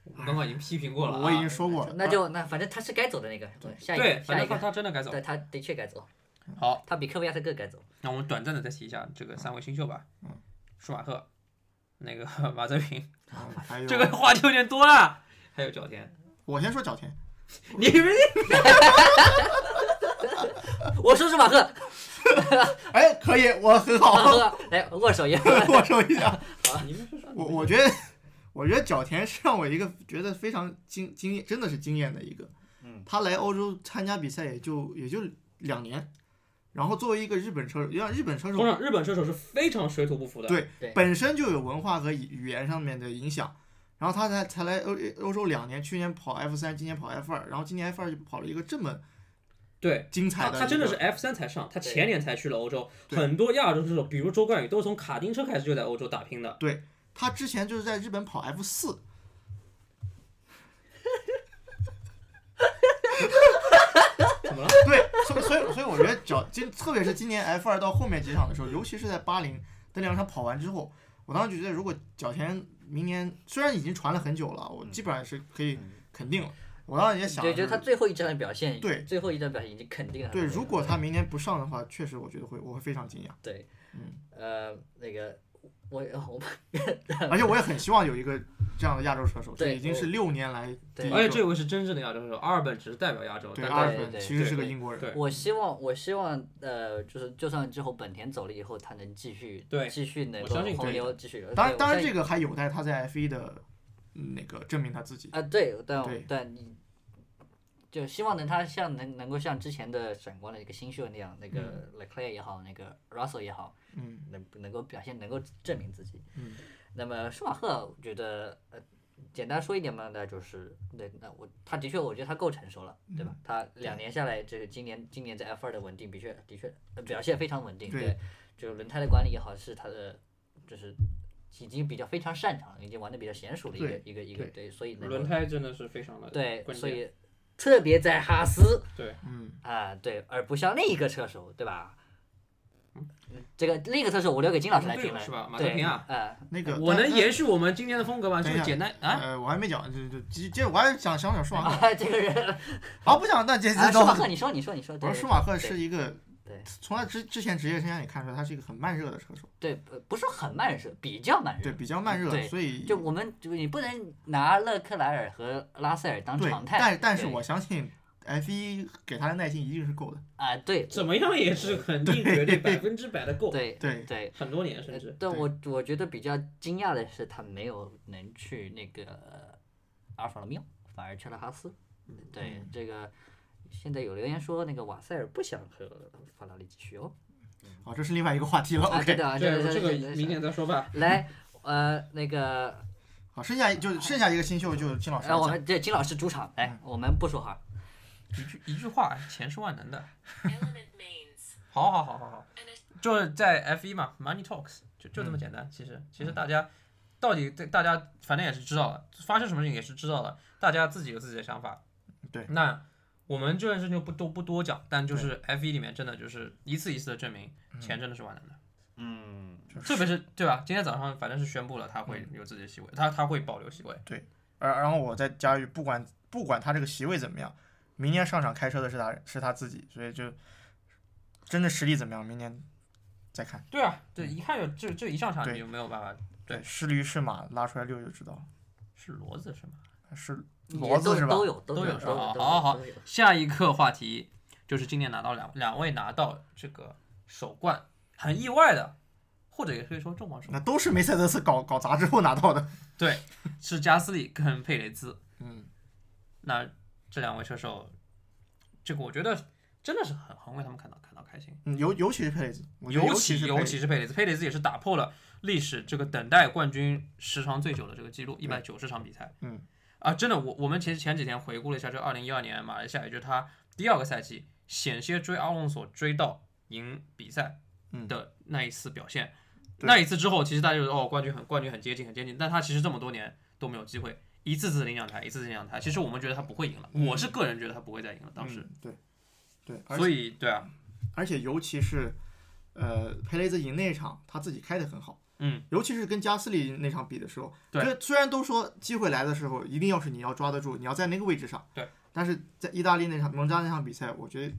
Speaker 3: 我们刚刚已经批评过了、啊，
Speaker 5: 我已经说过了。
Speaker 4: 那就那反正他是该走的那个，下一
Speaker 3: 对，
Speaker 4: 个
Speaker 3: 反
Speaker 4: 下
Speaker 3: 正
Speaker 4: 一
Speaker 3: 他
Speaker 4: 个，
Speaker 3: 他真的该走。
Speaker 4: 对他的确该走，
Speaker 3: 好，
Speaker 4: 他比科维亚特更该走。
Speaker 3: 那我们短暂的再提一下这个三位新秀吧，
Speaker 5: 嗯，
Speaker 3: 舒马赫，那个 马泽平，
Speaker 5: 嗯还 有
Speaker 3: 这个话题有点多了，还有角田，
Speaker 5: 我先说角田，
Speaker 3: 你们
Speaker 4: 我说是马赫，
Speaker 5: 哎，可以，我很
Speaker 4: 马
Speaker 5: 好，
Speaker 4: 赫来握手言和。
Speaker 5: 我说一 下，
Speaker 3: 你们是说
Speaker 5: 我我觉得，我觉得角田是让我一个觉得非常惊惊艳，真的是惊艳的一个。
Speaker 4: 嗯，
Speaker 5: 他来欧洲参加比赛也就也就两年，然后作为一个日本车手，让日本车
Speaker 3: 通
Speaker 5: 手
Speaker 3: 常日本车手是非常水土不服的，
Speaker 5: 对
Speaker 4: 对
Speaker 5: 本身就有文化和语语言上面的影响，然后他才才来欧欧洲两年，去年跑 F 三，今年跑 F 二，然后今年 F 二就跑了一个这么
Speaker 3: 对，
Speaker 5: 精
Speaker 3: 他
Speaker 5: 彩的一个，
Speaker 3: 他真的是 F 三才上，他前年才去了欧洲，
Speaker 5: 对
Speaker 3: 很多亚洲车手，比如周冠宇，都是从卡丁车开始就在欧洲打拼的。
Speaker 5: 他之前就是在日本跑 F 四。
Speaker 3: 怎么了？
Speaker 5: 对，所以所以所以我觉得角今特别是今年 F 二到后面几场的时候，尤其是在巴林那两场跑完之后，我当时觉得如果角田明年虽然已经传了很久了，我
Speaker 3: 嗯
Speaker 5: 基本上是可以肯定了。我当时也想
Speaker 4: 对，
Speaker 5: 的
Speaker 4: 就是
Speaker 5: 是，
Speaker 4: 他最后一站的表现，
Speaker 5: 对
Speaker 4: 最后一站表现已经肯定了的
Speaker 5: 对，
Speaker 4: 表现。
Speaker 5: 如果他明年不上的话，确实我觉得会我会非常惊讶，
Speaker 4: 对，
Speaker 5: 嗯，
Speaker 4: 呃，那个我我们
Speaker 5: 而且我也很希望有一个这样的亚洲车手，这
Speaker 4: 对
Speaker 5: 已经是六年来第
Speaker 4: 对
Speaker 5: 一
Speaker 3: 而且
Speaker 5: 个
Speaker 3: 这位是真正的亚洲车手，阿尔本只是代表亚洲，
Speaker 5: 对
Speaker 3: 但
Speaker 5: 阿尔
Speaker 3: 他
Speaker 4: 对
Speaker 5: 本
Speaker 4: 对
Speaker 5: 其实是个
Speaker 4: 对
Speaker 5: 英国人，
Speaker 3: 对
Speaker 4: 我希望我希望呃，就是就算之后本田走了以后，他能继续
Speaker 3: 对
Speaker 4: 继续能
Speaker 3: 我
Speaker 4: 够
Speaker 3: 相信
Speaker 4: 红
Speaker 5: 对
Speaker 4: 牛继续。
Speaker 5: 当然
Speaker 4: 对
Speaker 5: 当然
Speaker 4: 我相
Speaker 5: 这
Speaker 4: 信
Speaker 5: 个还有待他在 F 一的嗯那个证明他自己，
Speaker 4: 啊对，
Speaker 5: 对
Speaker 4: 但但你就希望能他像能能够像之前的闪光的一个新秀那样，那个 Leclerc 也好，那个 Russell 也好，
Speaker 5: 嗯
Speaker 4: 能能够表现，能够证明自己。
Speaker 5: 嗯，
Speaker 4: 那么舒马赫，我觉得呃，简单说一点嘛，那就是对，那我他的确，我觉得他够成熟了，对
Speaker 5: 嗯
Speaker 4: 吧？他两年下来，这个今年今年在 F 二的稳定，的确的确、呃表现非常稳定，
Speaker 5: 对
Speaker 4: 对，就是轮胎的管理也好，是他的就是已经比较非常擅长了，已经玩的比较娴熟的一个
Speaker 5: 对
Speaker 4: 一个一个
Speaker 5: 对
Speaker 4: 对，所以能
Speaker 3: 轮
Speaker 4: 够
Speaker 3: 胎真的是非常的
Speaker 4: 对，
Speaker 3: 关
Speaker 4: 所
Speaker 3: 键。
Speaker 4: 以特别在哈斯，
Speaker 5: 嗯，
Speaker 4: 啊，对，而不像另一个车手，对吧？这个另一个车手我留给金老师来
Speaker 3: 对
Speaker 4: 评论，
Speaker 3: 是吧马德
Speaker 4: 对，
Speaker 3: 平啊
Speaker 4: 呃，
Speaker 5: 那个
Speaker 3: 我
Speaker 5: 但
Speaker 3: 能
Speaker 5: 但
Speaker 3: 延续我们今天的风格吗？就
Speaker 5: 等一
Speaker 3: 是
Speaker 5: 下
Speaker 3: 简单啊，
Speaker 5: 呃，我还没讲，这这接接，我还想想想舒马赫，
Speaker 4: 啊，这个人，
Speaker 5: 啊，不讲，那这
Speaker 4: 啊，
Speaker 5: 这
Speaker 4: 舒
Speaker 5: 都
Speaker 4: 马赫，你说，你说，你说，
Speaker 5: 不
Speaker 4: 对，
Speaker 5: 是舒马赫是一个
Speaker 4: 对，
Speaker 5: 从他之之前职业生涯也看出来，他是一个很慢热的车手，
Speaker 4: 对，呃不不是很慢热，比较慢
Speaker 5: 对，
Speaker 4: 热。
Speaker 5: 比较慢热，
Speaker 4: 嗯对
Speaker 5: 所以
Speaker 4: 就我们，就你不能拿勒克莱尔和拉塞尔当
Speaker 5: 对
Speaker 4: 常，态。
Speaker 5: 但但是
Speaker 4: 对
Speaker 5: 我相信 F 一给他的耐心一定是够的，
Speaker 4: 啊，对，
Speaker 3: 怎么样也是肯定绝对百分之百的够，
Speaker 4: 对
Speaker 5: 对
Speaker 4: 对，
Speaker 3: 很多年甚
Speaker 4: 呃
Speaker 3: 至。
Speaker 4: 但
Speaker 5: 对
Speaker 4: 我我觉得比较惊讶的是，他没有能去那个呃阿尔法罗密欧，反而去了哈斯。
Speaker 5: 嗯
Speaker 4: 对，这个现在有留言说，那个瓦塞尔不想和法拉利继续哦。
Speaker 5: 哦，这是另外一个话题了
Speaker 4: 啊，对
Speaker 5: ，OK，
Speaker 4: 的啊，
Speaker 3: 对，
Speaker 4: 这
Speaker 3: 这个明年再说吧。
Speaker 4: 来，呃，那个
Speaker 5: 好，剩下就剩下一个新秀就是金老师
Speaker 4: 呃
Speaker 5: 来
Speaker 4: 让我
Speaker 5: 讲，嗯
Speaker 4: 们这金老师主场，来，我们不说话。
Speaker 3: 一句一句话，钱是万能的。 好好好好好，就是在 F 一嘛，Money Talks 就就这么简单。其实其实大家到底对大家反正也是知道了，发生什么事情也是知道了，大家自己有自己的想法。
Speaker 5: 对，
Speaker 3: 那我们这件事情就不都不多讲，但就是 F 一里面真的就是一次一次的证明，钱真的是万能的。
Speaker 4: 嗯，
Speaker 3: 嗯特别是对吧？今天早上反正是宣布了，他会有自己的席位，他他会保留席位。
Speaker 5: 对，而然后我再加一句，不管不管他这个席位怎么样，明年上场开车的是他是他自己，所以就真的实力怎么样，明年再看。
Speaker 3: 对啊，对，一看就这这一上场你
Speaker 5: 对
Speaker 3: 就没有办法，对
Speaker 5: 对，是驴是马，拉出来遛就知道了。
Speaker 3: 是骡子是吗？
Speaker 5: 是
Speaker 4: 也
Speaker 5: 骡
Speaker 4: 都
Speaker 5: 子是吧哦
Speaker 4: 都？有都
Speaker 3: 都有
Speaker 4: 有
Speaker 3: 是
Speaker 4: 都
Speaker 3: 吧
Speaker 4: 有，
Speaker 3: 好好
Speaker 4: 都有。
Speaker 3: 下一个话题就是今年拿到两两位拿到这个首冠，很意外的，或者也可以说重磅首冠，
Speaker 5: 那都是梅赛德斯搞搞砸之后拿到的。
Speaker 3: 对，是加斯利跟佩雷兹。
Speaker 5: 嗯，
Speaker 3: 那这两位车手，这个我觉得真的是很很为他们感到感到开心。
Speaker 5: 嗯尤尤其是佩雷兹，我觉得
Speaker 3: 尤
Speaker 5: 其是
Speaker 3: 尤
Speaker 5: 尤
Speaker 3: 其是佩雷兹，佩雷兹也是打破了历史这个等待冠军时长最久的这个记录，一百九十场比赛。
Speaker 5: 嗯，
Speaker 3: 啊，真的，我我们其实前几天回顾了一下这个二零一二年马来西亚，也就是他第二个赛季险些追阿隆索追到赢比赛的那一次表现。
Speaker 5: 嗯对
Speaker 3: 那一次之后，其实大家就说哦，冠军很冠军很接近很接近，但他其实这么多年都没有机会，一次次领奖台，一次次领奖台。其实我们觉得他不会赢了，我是个人觉得他不会再赢了，当时。
Speaker 5: 嗯、对对，而且
Speaker 3: 所以对啊，
Speaker 5: 而且尤其是呃佩雷兹赢那一场，他自己开的很好。
Speaker 3: 嗯，
Speaker 5: 尤其是跟加斯利那场比的时候，
Speaker 3: 对
Speaker 5: 就是虽然都说机会来的时候，一定要是你要抓得住，你要在那个位置上。
Speaker 3: 对，
Speaker 5: 但是在意大利那场蒙扎那场比赛，我觉得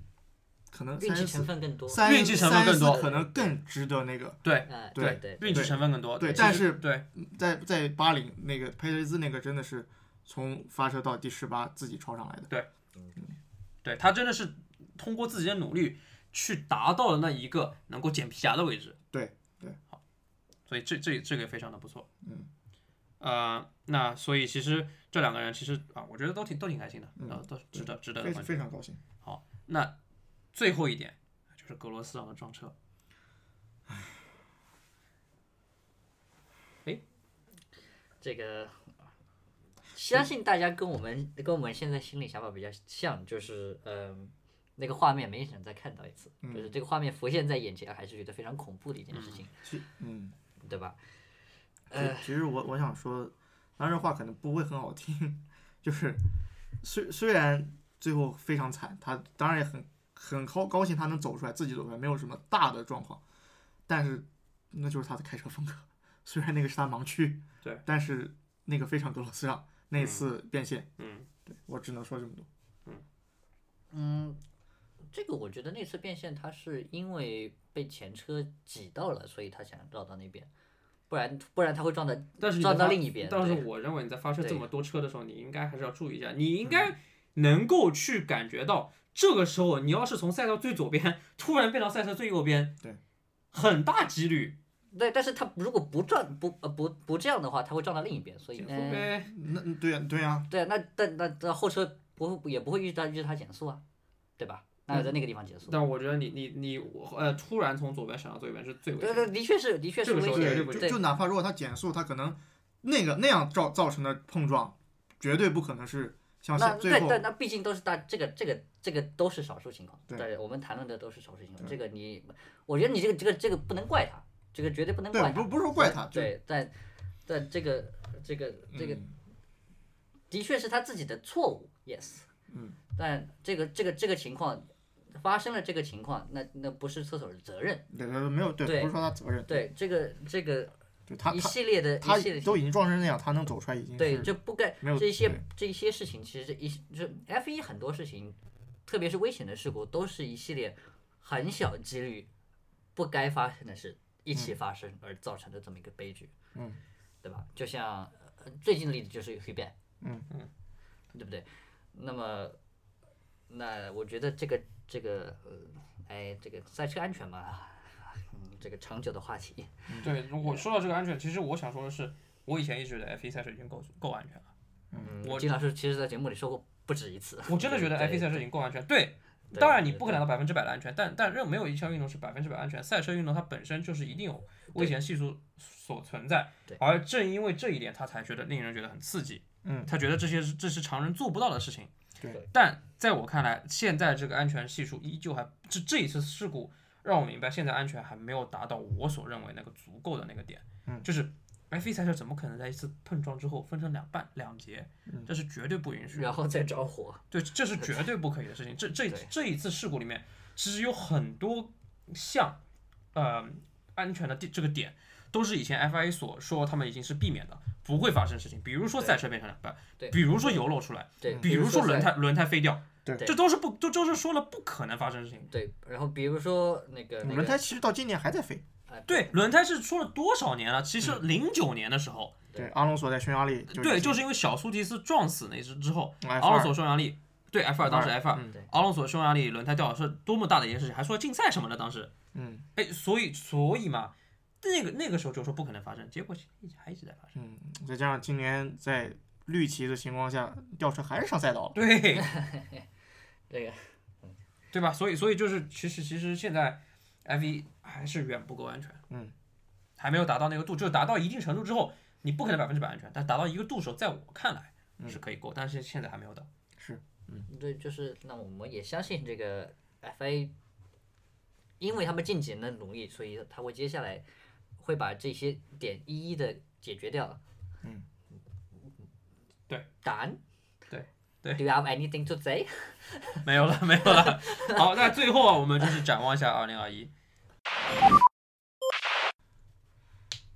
Speaker 5: 可能
Speaker 4: 运
Speaker 5: 三
Speaker 4: 气
Speaker 5: 十
Speaker 4: 成
Speaker 5: 四
Speaker 4: 分更多。
Speaker 5: 三
Speaker 3: 运气成分更多
Speaker 5: 可能更值得那个。
Speaker 3: 对
Speaker 4: 哎，
Speaker 5: 对
Speaker 4: 对
Speaker 3: 运气成分更多。
Speaker 5: 对
Speaker 3: 其
Speaker 5: 但
Speaker 3: 实
Speaker 5: 是
Speaker 3: 对。
Speaker 5: 在在巴林那个佩雷兹那个真的是从发车到第十八自己超上来的。
Speaker 3: 对他真的是通过自己的努力去达到了那一个能够捡皮夹的位置。
Speaker 5: 对对，
Speaker 3: 好，所以这这这个也非常的不错。
Speaker 5: 嗯，
Speaker 3: 呃，那所以其实这两个人其实啊，我觉得都挺都挺开心的，
Speaker 5: 嗯
Speaker 3: 啊，都是值得值得
Speaker 5: 非
Speaker 3: 关注。
Speaker 5: 非常高兴。
Speaker 3: 那最后一点就是格罗斯让他撞车。
Speaker 4: 这个，相信大家跟我们跟我们现在心里想法比较像，就是嗯、那个画面每一场再看到一次，
Speaker 3: 嗯
Speaker 4: 就是这个画面浮现在眼前，还是觉得非常恐怖的一件事情，
Speaker 5: 其嗯，
Speaker 4: 对吧？
Speaker 5: 其
Speaker 3: 呃
Speaker 5: 其实我我想说，当然这话可能不会很好听，就是虽虽然最后非常惨，他当然也很很高高兴他能走出来，自己走出来，没有什么大的状况，但是那就是他的开车风格。虽然那个是他盲区，
Speaker 3: 对，
Speaker 5: 但是那个非常格罗斯让那次变现，
Speaker 3: 嗯，
Speaker 5: 对我只能说这么多。
Speaker 4: 嗯，这个我觉得那次变现他是因为被前车挤到了，所以他想绕到那边，不然不然他会撞到
Speaker 3: 但是你
Speaker 4: 撞
Speaker 3: 在
Speaker 4: 到
Speaker 3: 发
Speaker 4: 另一边
Speaker 3: 但是
Speaker 4: 对
Speaker 3: 我认为你在发射这
Speaker 4: 对
Speaker 3: 么多车的时候，你应该还是要注意一下，你
Speaker 5: 嗯
Speaker 3: 应该能够去感觉到，这个时候你要是从赛道最左边突然变到赛车最右边，
Speaker 5: 对，
Speaker 3: 很大几率
Speaker 4: 对，但是他如果不撞不呃不不这样的话，他会撞到另一边，所以
Speaker 3: 减
Speaker 4: 嗯
Speaker 3: 速呗。
Speaker 5: 那对呀、对呀、啊
Speaker 4: 对，那但那那后车不会也不会遇到遇到他减速啊，对吧？那
Speaker 5: 嗯
Speaker 4: 有在那个地方减速。
Speaker 3: 但我觉得你你你我呃，突然从左边闪到右边是最危
Speaker 4: 对
Speaker 3: 险的。
Speaker 4: 对，的确是，的确
Speaker 3: 这
Speaker 4: 是
Speaker 3: 个
Speaker 4: 危
Speaker 3: 时候绝
Speaker 4: 险
Speaker 3: 对
Speaker 4: 的。
Speaker 3: 不
Speaker 5: 就
Speaker 4: 对
Speaker 5: 就哪怕如果他减速，他可能那个那样造造成的碰撞，绝对不可能是像
Speaker 4: 那
Speaker 5: 现最
Speaker 4: 对
Speaker 5: 后
Speaker 4: 对，那毕竟都是大这个这个这个都是少数情况。
Speaker 5: 对
Speaker 4: 我们谈论的都是少数情况。这
Speaker 5: 对
Speaker 4: 个你，我觉得你这个这个这个不能怪他，这个绝对不能
Speaker 5: 对
Speaker 4: 怪
Speaker 5: 不
Speaker 4: 他。
Speaker 5: 不是说怪他，就
Speaker 4: 对，但但这个这个这个
Speaker 5: 嗯
Speaker 4: 的确是他自己的错误，yes。
Speaker 5: 嗯。
Speaker 4: 但这个这个这个情况发生了，这个情况，那那不是车手的责任。
Speaker 5: 对对对没有对，
Speaker 4: 对
Speaker 5: 不是说他责任，
Speaker 4: 对，这个这个
Speaker 5: 对嗯啊他
Speaker 4: 一
Speaker 5: 他
Speaker 4: 系列的
Speaker 5: 他
Speaker 4: 一系列
Speaker 5: 都已经撞成那样，他能走出来已经
Speaker 4: 对，
Speaker 5: 是
Speaker 4: 就不该
Speaker 5: 没有
Speaker 4: 这些
Speaker 5: 对
Speaker 4: 这些事情，其实这一这 F 一很多事情，特别是危险的事故，都是一系列很小几率不该发生的事一起发生而造成的这么一个悲剧，
Speaker 5: 嗯，
Speaker 4: 对吧？就像呃最近的例子就是 h u b e
Speaker 5: 嗯
Speaker 4: 嗯，对不对？那么那我觉得这个这个呃，哎，这个赛车安全嘛， 嗯，这个长久的话题，
Speaker 3: 嗯对，如果说到这个安全，其实我想说的是，我以前一直觉得 F1 赛车已经够够安全了，
Speaker 4: 嗯，
Speaker 3: 我
Speaker 4: 金老师其实在节目里说过不止一次，
Speaker 3: 我真的觉得
Speaker 4: 对
Speaker 3: F1 赛车已经够安全。对，
Speaker 4: 对
Speaker 3: 当然你
Speaker 4: 对
Speaker 3: 不可能达到百分之百的安全，但但任没有一项运动是百分之百安全。赛车运动它本身就是一定有危险系数所存在
Speaker 4: 对，
Speaker 3: 而正因为这一点，他才觉得令人觉得很刺激。
Speaker 5: 嗯
Speaker 3: 他觉得这些是这是常人做不到的事情。
Speaker 5: 对，
Speaker 3: 但在我看来，现在这个安全系数依旧还这这一次事故让我明白，现在安全还没有达到我所认为那个足够的那个点。
Speaker 5: 嗯
Speaker 3: 就是 F1 赛车怎么可能在一次碰撞之后分成两半两节？
Speaker 5: 嗯
Speaker 3: 这是绝对不允许的。
Speaker 4: 然后再着火。
Speaker 3: 对，这是绝对不可以的事情。这这
Speaker 4: 对
Speaker 3: 这一次事故里面，其实有很多项，呃，安全的地这个点都是以前 FIA 所说他们已经是避免的，不会发生事情，比如说
Speaker 4: 对
Speaker 3: 赛车变成两半，
Speaker 4: 对嗯
Speaker 3: 比如说油漏出来，
Speaker 4: 对，
Speaker 3: 比如说轮
Speaker 4: 在
Speaker 3: 胎轮胎飞掉，
Speaker 5: 对
Speaker 3: 这都是不，这都是说了不可能发生的事情。
Speaker 4: 对，然后比如说那个那
Speaker 5: 轮胎
Speaker 4: 个
Speaker 5: 其实到今年还在飞。
Speaker 4: 啊，
Speaker 3: 对，轮胎是说了多少年了？其实零九年的时候，
Speaker 4: 对
Speaker 5: 对，阿隆索在匈牙利就
Speaker 3: 对，就是是因为小苏提斯撞死那只之后，
Speaker 5: 阿
Speaker 3: 阿隆索匈牙利，对 F 二当时 F 二，
Speaker 5: 嗯
Speaker 4: 对
Speaker 3: 阿隆索匈牙利轮胎掉是多么大的一件事情，还说禁赛什么的，当时，
Speaker 5: 嗯
Speaker 3: 哎，所以所以嘛，那个那个时候就说不可能发生，结果一直还一直在发生。
Speaker 5: 嗯，再加上今年在绿旗的情况下，吊车还是上赛道了。
Speaker 3: 对
Speaker 4: 这个
Speaker 3: 对吧？所以所以就是其实其实现在 F 一还是远不够安全，
Speaker 5: 嗯，
Speaker 3: 还没有达到那个度，就是达到一定程度之后，你不可能百分之百安全，但达到一个度的时候，在我看来是可以够，但是现在还没有到。
Speaker 4: 嗯对，就是那我们也相信这个 FA，因为他们近几年的努力，所以他会接下来会把这些点一一的解决掉。
Speaker 5: 嗯，
Speaker 3: 对，
Speaker 4: 答
Speaker 3: 对对
Speaker 4: Do you have anything to say？
Speaker 3: 没有了，没有了。好，那最后啊，我们就是展望一下二零二一，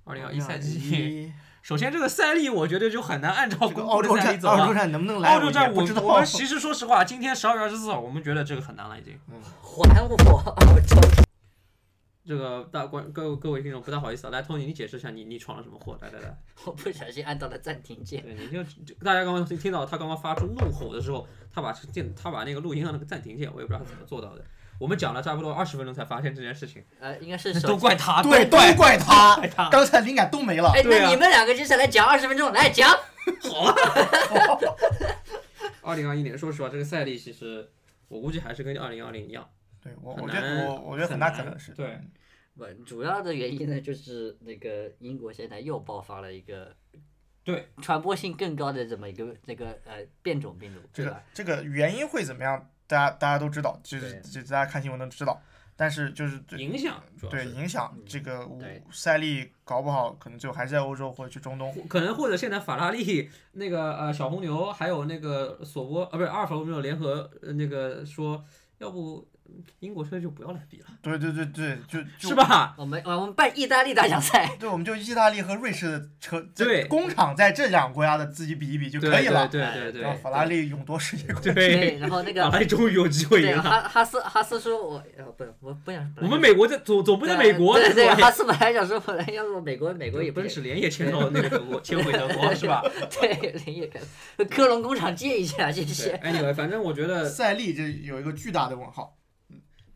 Speaker 3: 二零二一赛季。
Speaker 5: 2021
Speaker 3: 首先，这个赛例我觉得就很难按照
Speaker 5: 这个
Speaker 3: 公
Speaker 5: 澳
Speaker 3: 布
Speaker 5: 洲
Speaker 3: 的赛
Speaker 5: 站
Speaker 3: 例，走
Speaker 5: 澳洲
Speaker 3: 了。
Speaker 5: 站能不能来？
Speaker 3: 澳洲站，
Speaker 5: 我
Speaker 3: 我
Speaker 5: 也不知
Speaker 3: 我
Speaker 5: 道。
Speaker 3: 其实说实话，今天十二月二十四号，我们觉得这个很难了，已经。
Speaker 5: 嗯
Speaker 4: 还我 澳洲！
Speaker 3: 这个大观各位各位听众不太好意思啊，来，Tony，你解释一下你你闯了什么祸？来来来，
Speaker 4: 我不小心按到了暂停键。
Speaker 3: 对，你就就大家刚刚听到他刚刚发出怒吼的时候，他把键他把那个录音上那个暂停键，我也不知道他怎么做到的。我们讲了差不多二十分钟才发现这件事情，
Speaker 4: 呃，应该是
Speaker 3: 都
Speaker 4: 手机。
Speaker 3: 怪他，
Speaker 5: 对，
Speaker 3: 都
Speaker 5: 都
Speaker 3: 怪
Speaker 5: 怪他
Speaker 3: 怪他，
Speaker 5: 刚才灵感都没了。
Speaker 4: 哎，
Speaker 3: 对啊
Speaker 4: 那你们两个接下来讲二十分钟，来讲。
Speaker 3: 二零二一年，说实话，这个赛历其实我估计还是跟二零二零一样，
Speaker 5: 对我，
Speaker 3: 很
Speaker 5: 我觉
Speaker 3: 难
Speaker 5: 得我我觉得很大
Speaker 3: 很
Speaker 5: 可
Speaker 3: 难
Speaker 5: 能是
Speaker 3: 对
Speaker 4: 不，主要的原因呢，就是那个英国现在又爆发了一个
Speaker 3: 对
Speaker 4: 传播性更高的这么一个那个呃变种病毒，
Speaker 5: 这
Speaker 4: 对
Speaker 5: 个
Speaker 4: 吧？
Speaker 5: 这个原因会怎么样？大家大家都知道，就是
Speaker 4: 对
Speaker 5: 就大家看新闻都知道，但是就是对
Speaker 3: 影响主要
Speaker 5: 对
Speaker 3: 是。
Speaker 5: 影响
Speaker 4: 嗯
Speaker 5: 这个我
Speaker 4: 对
Speaker 5: 赛力搞不好，可能就还是在欧洲或者去中东。
Speaker 3: 可能或者现在法拉利那个呃小红牛还有那个索波啊不是阿尔法罗密欧联合呃那个说，要不英国车就不要来比了，？
Speaker 5: 对对对对，就就是
Speaker 3: 吧？
Speaker 4: 我们我们办意大利大奖 赛，
Speaker 5: 对，我们就意大利和瑞士的车，这
Speaker 3: 对
Speaker 5: 工厂在这两个国家的自己比一比就
Speaker 3: 对
Speaker 5: 可以了。哎
Speaker 3: 对对对
Speaker 5: 然后
Speaker 3: 对
Speaker 5: 法拉利勇夺世界冠军。
Speaker 4: 对，然后那
Speaker 3: 法拉
Speaker 4: 个
Speaker 3: 利终于有机会
Speaker 4: 对
Speaker 3: 赢了。
Speaker 4: 哈哈斯哈斯说我呃不我不想，
Speaker 3: 我们美国在总总部
Speaker 4: 不
Speaker 3: 在美国，啊
Speaker 4: 对对，
Speaker 3: 吧？
Speaker 4: 哈斯本来想说本来要不美国美国也不
Speaker 3: 奔
Speaker 4: 也
Speaker 3: 驰连夜迁到那个德国，迁回德国 是吧？
Speaker 4: 对 林业科隆工厂借一下谢谢，
Speaker 3: Anyway，反正我觉得，
Speaker 5: 赛力这有一个巨大的问号。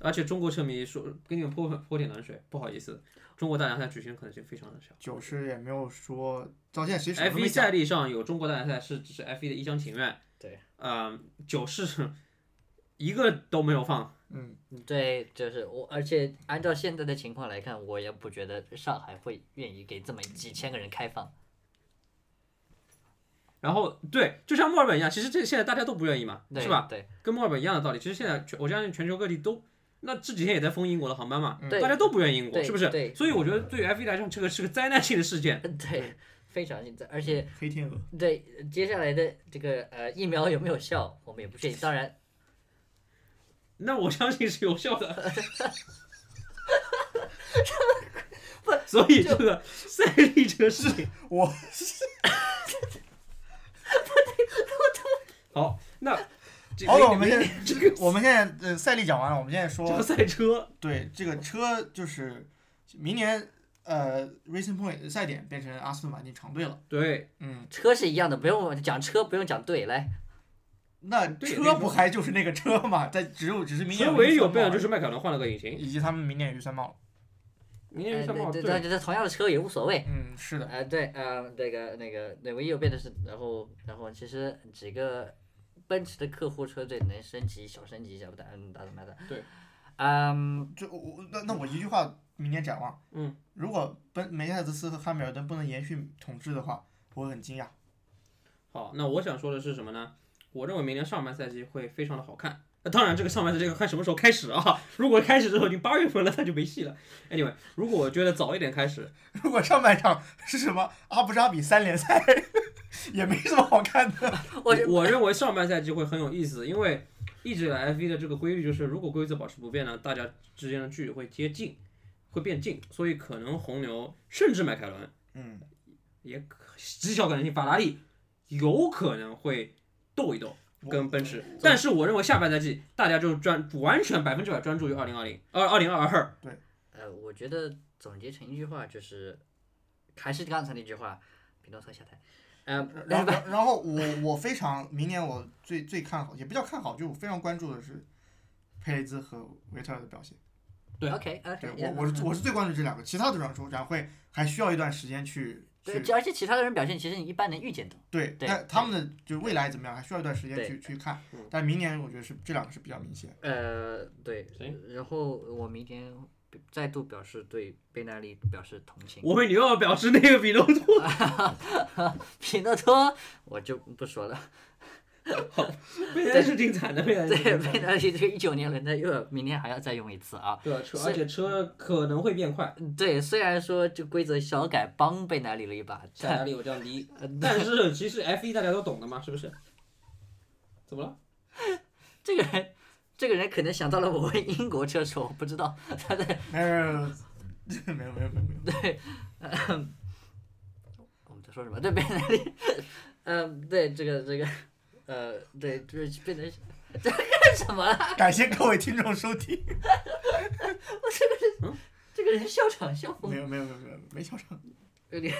Speaker 3: 而且中国车迷说给你们泼泼点冷水，不好意思，中国大奖赛举行可能性非常的小。
Speaker 5: 九十也没有说，到现在谁谁都
Speaker 3: F
Speaker 5: 没
Speaker 3: 一
Speaker 5: 讲
Speaker 3: 哎赛历上有中国大奖赛是只是 F 一的一厢情愿，
Speaker 4: 啊对，
Speaker 3: 嗯，九是一个都没有放，
Speaker 5: 嗯，
Speaker 4: 对，就是我，而且按照现在的情况来看，我也不觉得上海会愿意给这么几千个人开放。
Speaker 3: 然后对，就像墨尔本一样，其实这现在大家都不愿意嘛，
Speaker 4: 对
Speaker 3: 是吧？
Speaker 4: 对
Speaker 3: 跟墨尔本一样的道理，其实现在全我相信全球各地都。那这几天也在封英国的航班嘛，
Speaker 4: 对
Speaker 3: 大家都不愿意英国，
Speaker 4: 嗯对
Speaker 3: 是不是？
Speaker 4: 对
Speaker 3: 所以我觉得对于 F 一来讲，这个是个灾难性的事件。
Speaker 4: 对，非常现在，而且
Speaker 5: 黑天鹅。
Speaker 4: 对接下来的这个呃疫苗有没有效，我们也不确定。当然，
Speaker 3: 那我相信是有效 的。所以这个赛力这个事情，
Speaker 5: 我
Speaker 3: 好，那这
Speaker 5: 好了我
Speaker 3: 明
Speaker 5: 们
Speaker 3: 明
Speaker 5: 先
Speaker 3: 这个
Speaker 5: 我们现在呃赛力讲完了，我们现在说
Speaker 3: 这个赛车，
Speaker 5: 对这个车就是明年呃 Racing Point 赛点变成阿斯顿马丁常队了。
Speaker 3: 对
Speaker 5: 嗯，
Speaker 4: 车是一样的，不用讲车，不用讲队，来，
Speaker 5: 那
Speaker 3: 对
Speaker 5: 车不还就是那个车嘛？但只有只是明年
Speaker 3: 所以唯一有
Speaker 5: 预算
Speaker 3: 变的
Speaker 5: 帽
Speaker 3: 就是迈凯伦换了个引擎，
Speaker 5: 以及他们明年有预算帽了。
Speaker 3: 明年
Speaker 4: 呃
Speaker 5: 哎
Speaker 3: 预算帽
Speaker 4: 对对，但
Speaker 3: 对
Speaker 4: 是同样的车也无所谓。
Speaker 5: 嗯，是的，
Speaker 4: 呃，对，呃，那个那个，对，唯一有变的是，然后然后其实几个奔驰的客户车队能升级小升级一下，不打嗯打打打打。
Speaker 3: 对。
Speaker 4: 嗯，
Speaker 5: 就我我那那我一句话，明年展望。
Speaker 3: 嗯，
Speaker 5: 如果奔梅赛德斯和汉密尔顿不能延续统治的话，我会 很惊讶。
Speaker 3: 好，那我想说的是什么呢？我认为明年上半赛季会非常的好看。那当然，这个上半赛季要看什么时候开始啊？如果开始之后已经八月份了，那就没戏了。Anyway，如果我觉得早一点开始，
Speaker 5: 如果上半场是什么阿布扎比三连赛， 也没什么好看 的。
Speaker 4: 我
Speaker 3: 我我认为上半赛季会很有意思，因为一直以来 F1 的这个规律就是，如果规则保持不变呢，大家之间的距离会接近。会变近，所以可能红牛甚至迈凯伦
Speaker 5: 嗯，
Speaker 3: 也可极小可能性，法拉利有可能会斗一斗跟奔驰，但是我认为下半赛季大家就专完全百分之百专注于二零二零二二零二二，
Speaker 4: 呃，我觉得总结成一句话就是，还是刚才那句话，比诺特下台。呃，
Speaker 3: 嗯
Speaker 5: 然后然后我我非常明年我最最看好，也不叫看好，就我非常关注的是佩雷兹和维特尔的表现。
Speaker 3: 对
Speaker 4: OK 呃 OK，
Speaker 5: 对我我是我是最关注这两个，其他的转出展会还需要一段时间去
Speaker 4: 对，
Speaker 5: 去
Speaker 4: 其而且其他的人表现其实你一般能预见到。
Speaker 5: 对，
Speaker 4: 对
Speaker 5: 但他们的就是未来怎么样，还需要一段时间
Speaker 4: 对
Speaker 5: 去去看
Speaker 3: 嗯。
Speaker 5: 但明年我觉得是这两个是比较明显。
Speaker 4: 呃，对
Speaker 3: 行。
Speaker 4: 然后我明天再度表示对贝纳利表示同情。
Speaker 3: 我为 你又要表示那个比诺托，
Speaker 4: 匹诺托我就不说了。
Speaker 3: 贝莱是挺惨的，贝莱是
Speaker 4: 哎对
Speaker 3: 挺惨的
Speaker 4: 贝纳利这个一九年轮胎又要明天还要再用一次啊。
Speaker 3: 对啊嗯车，
Speaker 4: 所以
Speaker 3: 而且车可能会变快，
Speaker 4: 对，虽然说这规则小改帮贝纳利了一把，
Speaker 3: 下压
Speaker 4: 但
Speaker 3: 力有降低，但是其实 F 一大家都懂的嘛，是不是？怎么了？
Speaker 4: 这个人。这个人可能想到了我为英国车手，我不知道他在
Speaker 5: 没有没有没有没有没有没有。
Speaker 4: 我们在说什么？对，贝纳利，嗯，对，这个这个，呃，对，就是变成这干什么了？
Speaker 5: 感谢各位听众收听。
Speaker 4: 这个人笑场笑疯
Speaker 5: 没
Speaker 4: 了。
Speaker 5: 有没有没有没有没笑场。
Speaker 4: 有点，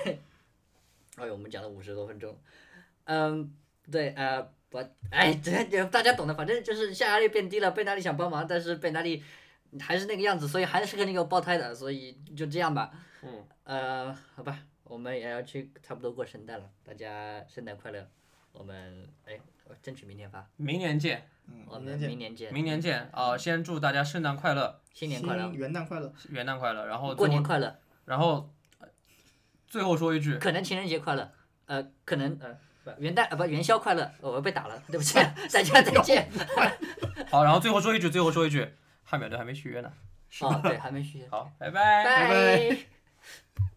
Speaker 4: 哎呦，我们讲了五十多分钟，嗯，对，呃，我，哎，这这大家懂的，反正就是下压力变低了，贝纳利想帮忙，但是贝纳利还是那个样子，所以还是跟那个爆胎的，所以就这样吧。
Speaker 3: 嗯，
Speaker 4: 呃，好吧，我们也要去差不多过圣诞了，大家圣诞快乐，我们哎，我争取明天发，
Speaker 3: 明年见，
Speaker 5: 嗯，
Speaker 4: 我
Speaker 5: 明
Speaker 4: 们
Speaker 5: 年见
Speaker 4: 明。年见，
Speaker 3: 明年见啊、先祝大家圣诞快乐，
Speaker 4: 新年快乐
Speaker 5: 新，元旦快乐。
Speaker 3: 元旦快乐，然后
Speaker 4: 过
Speaker 3: 最
Speaker 4: 年
Speaker 3: 后，
Speaker 4: 快乐，
Speaker 3: 然后呃最后说一句，
Speaker 4: 可能情人节快乐，呃，可能呃。不元旦啊不元宵快乐！我要被打了，对不起，大家再见。
Speaker 3: 好，然后最后说一句，最后说一句，汉秒都还没续约呢，
Speaker 4: 哦，对，还没续。
Speaker 3: 好，拜拜
Speaker 4: 拜。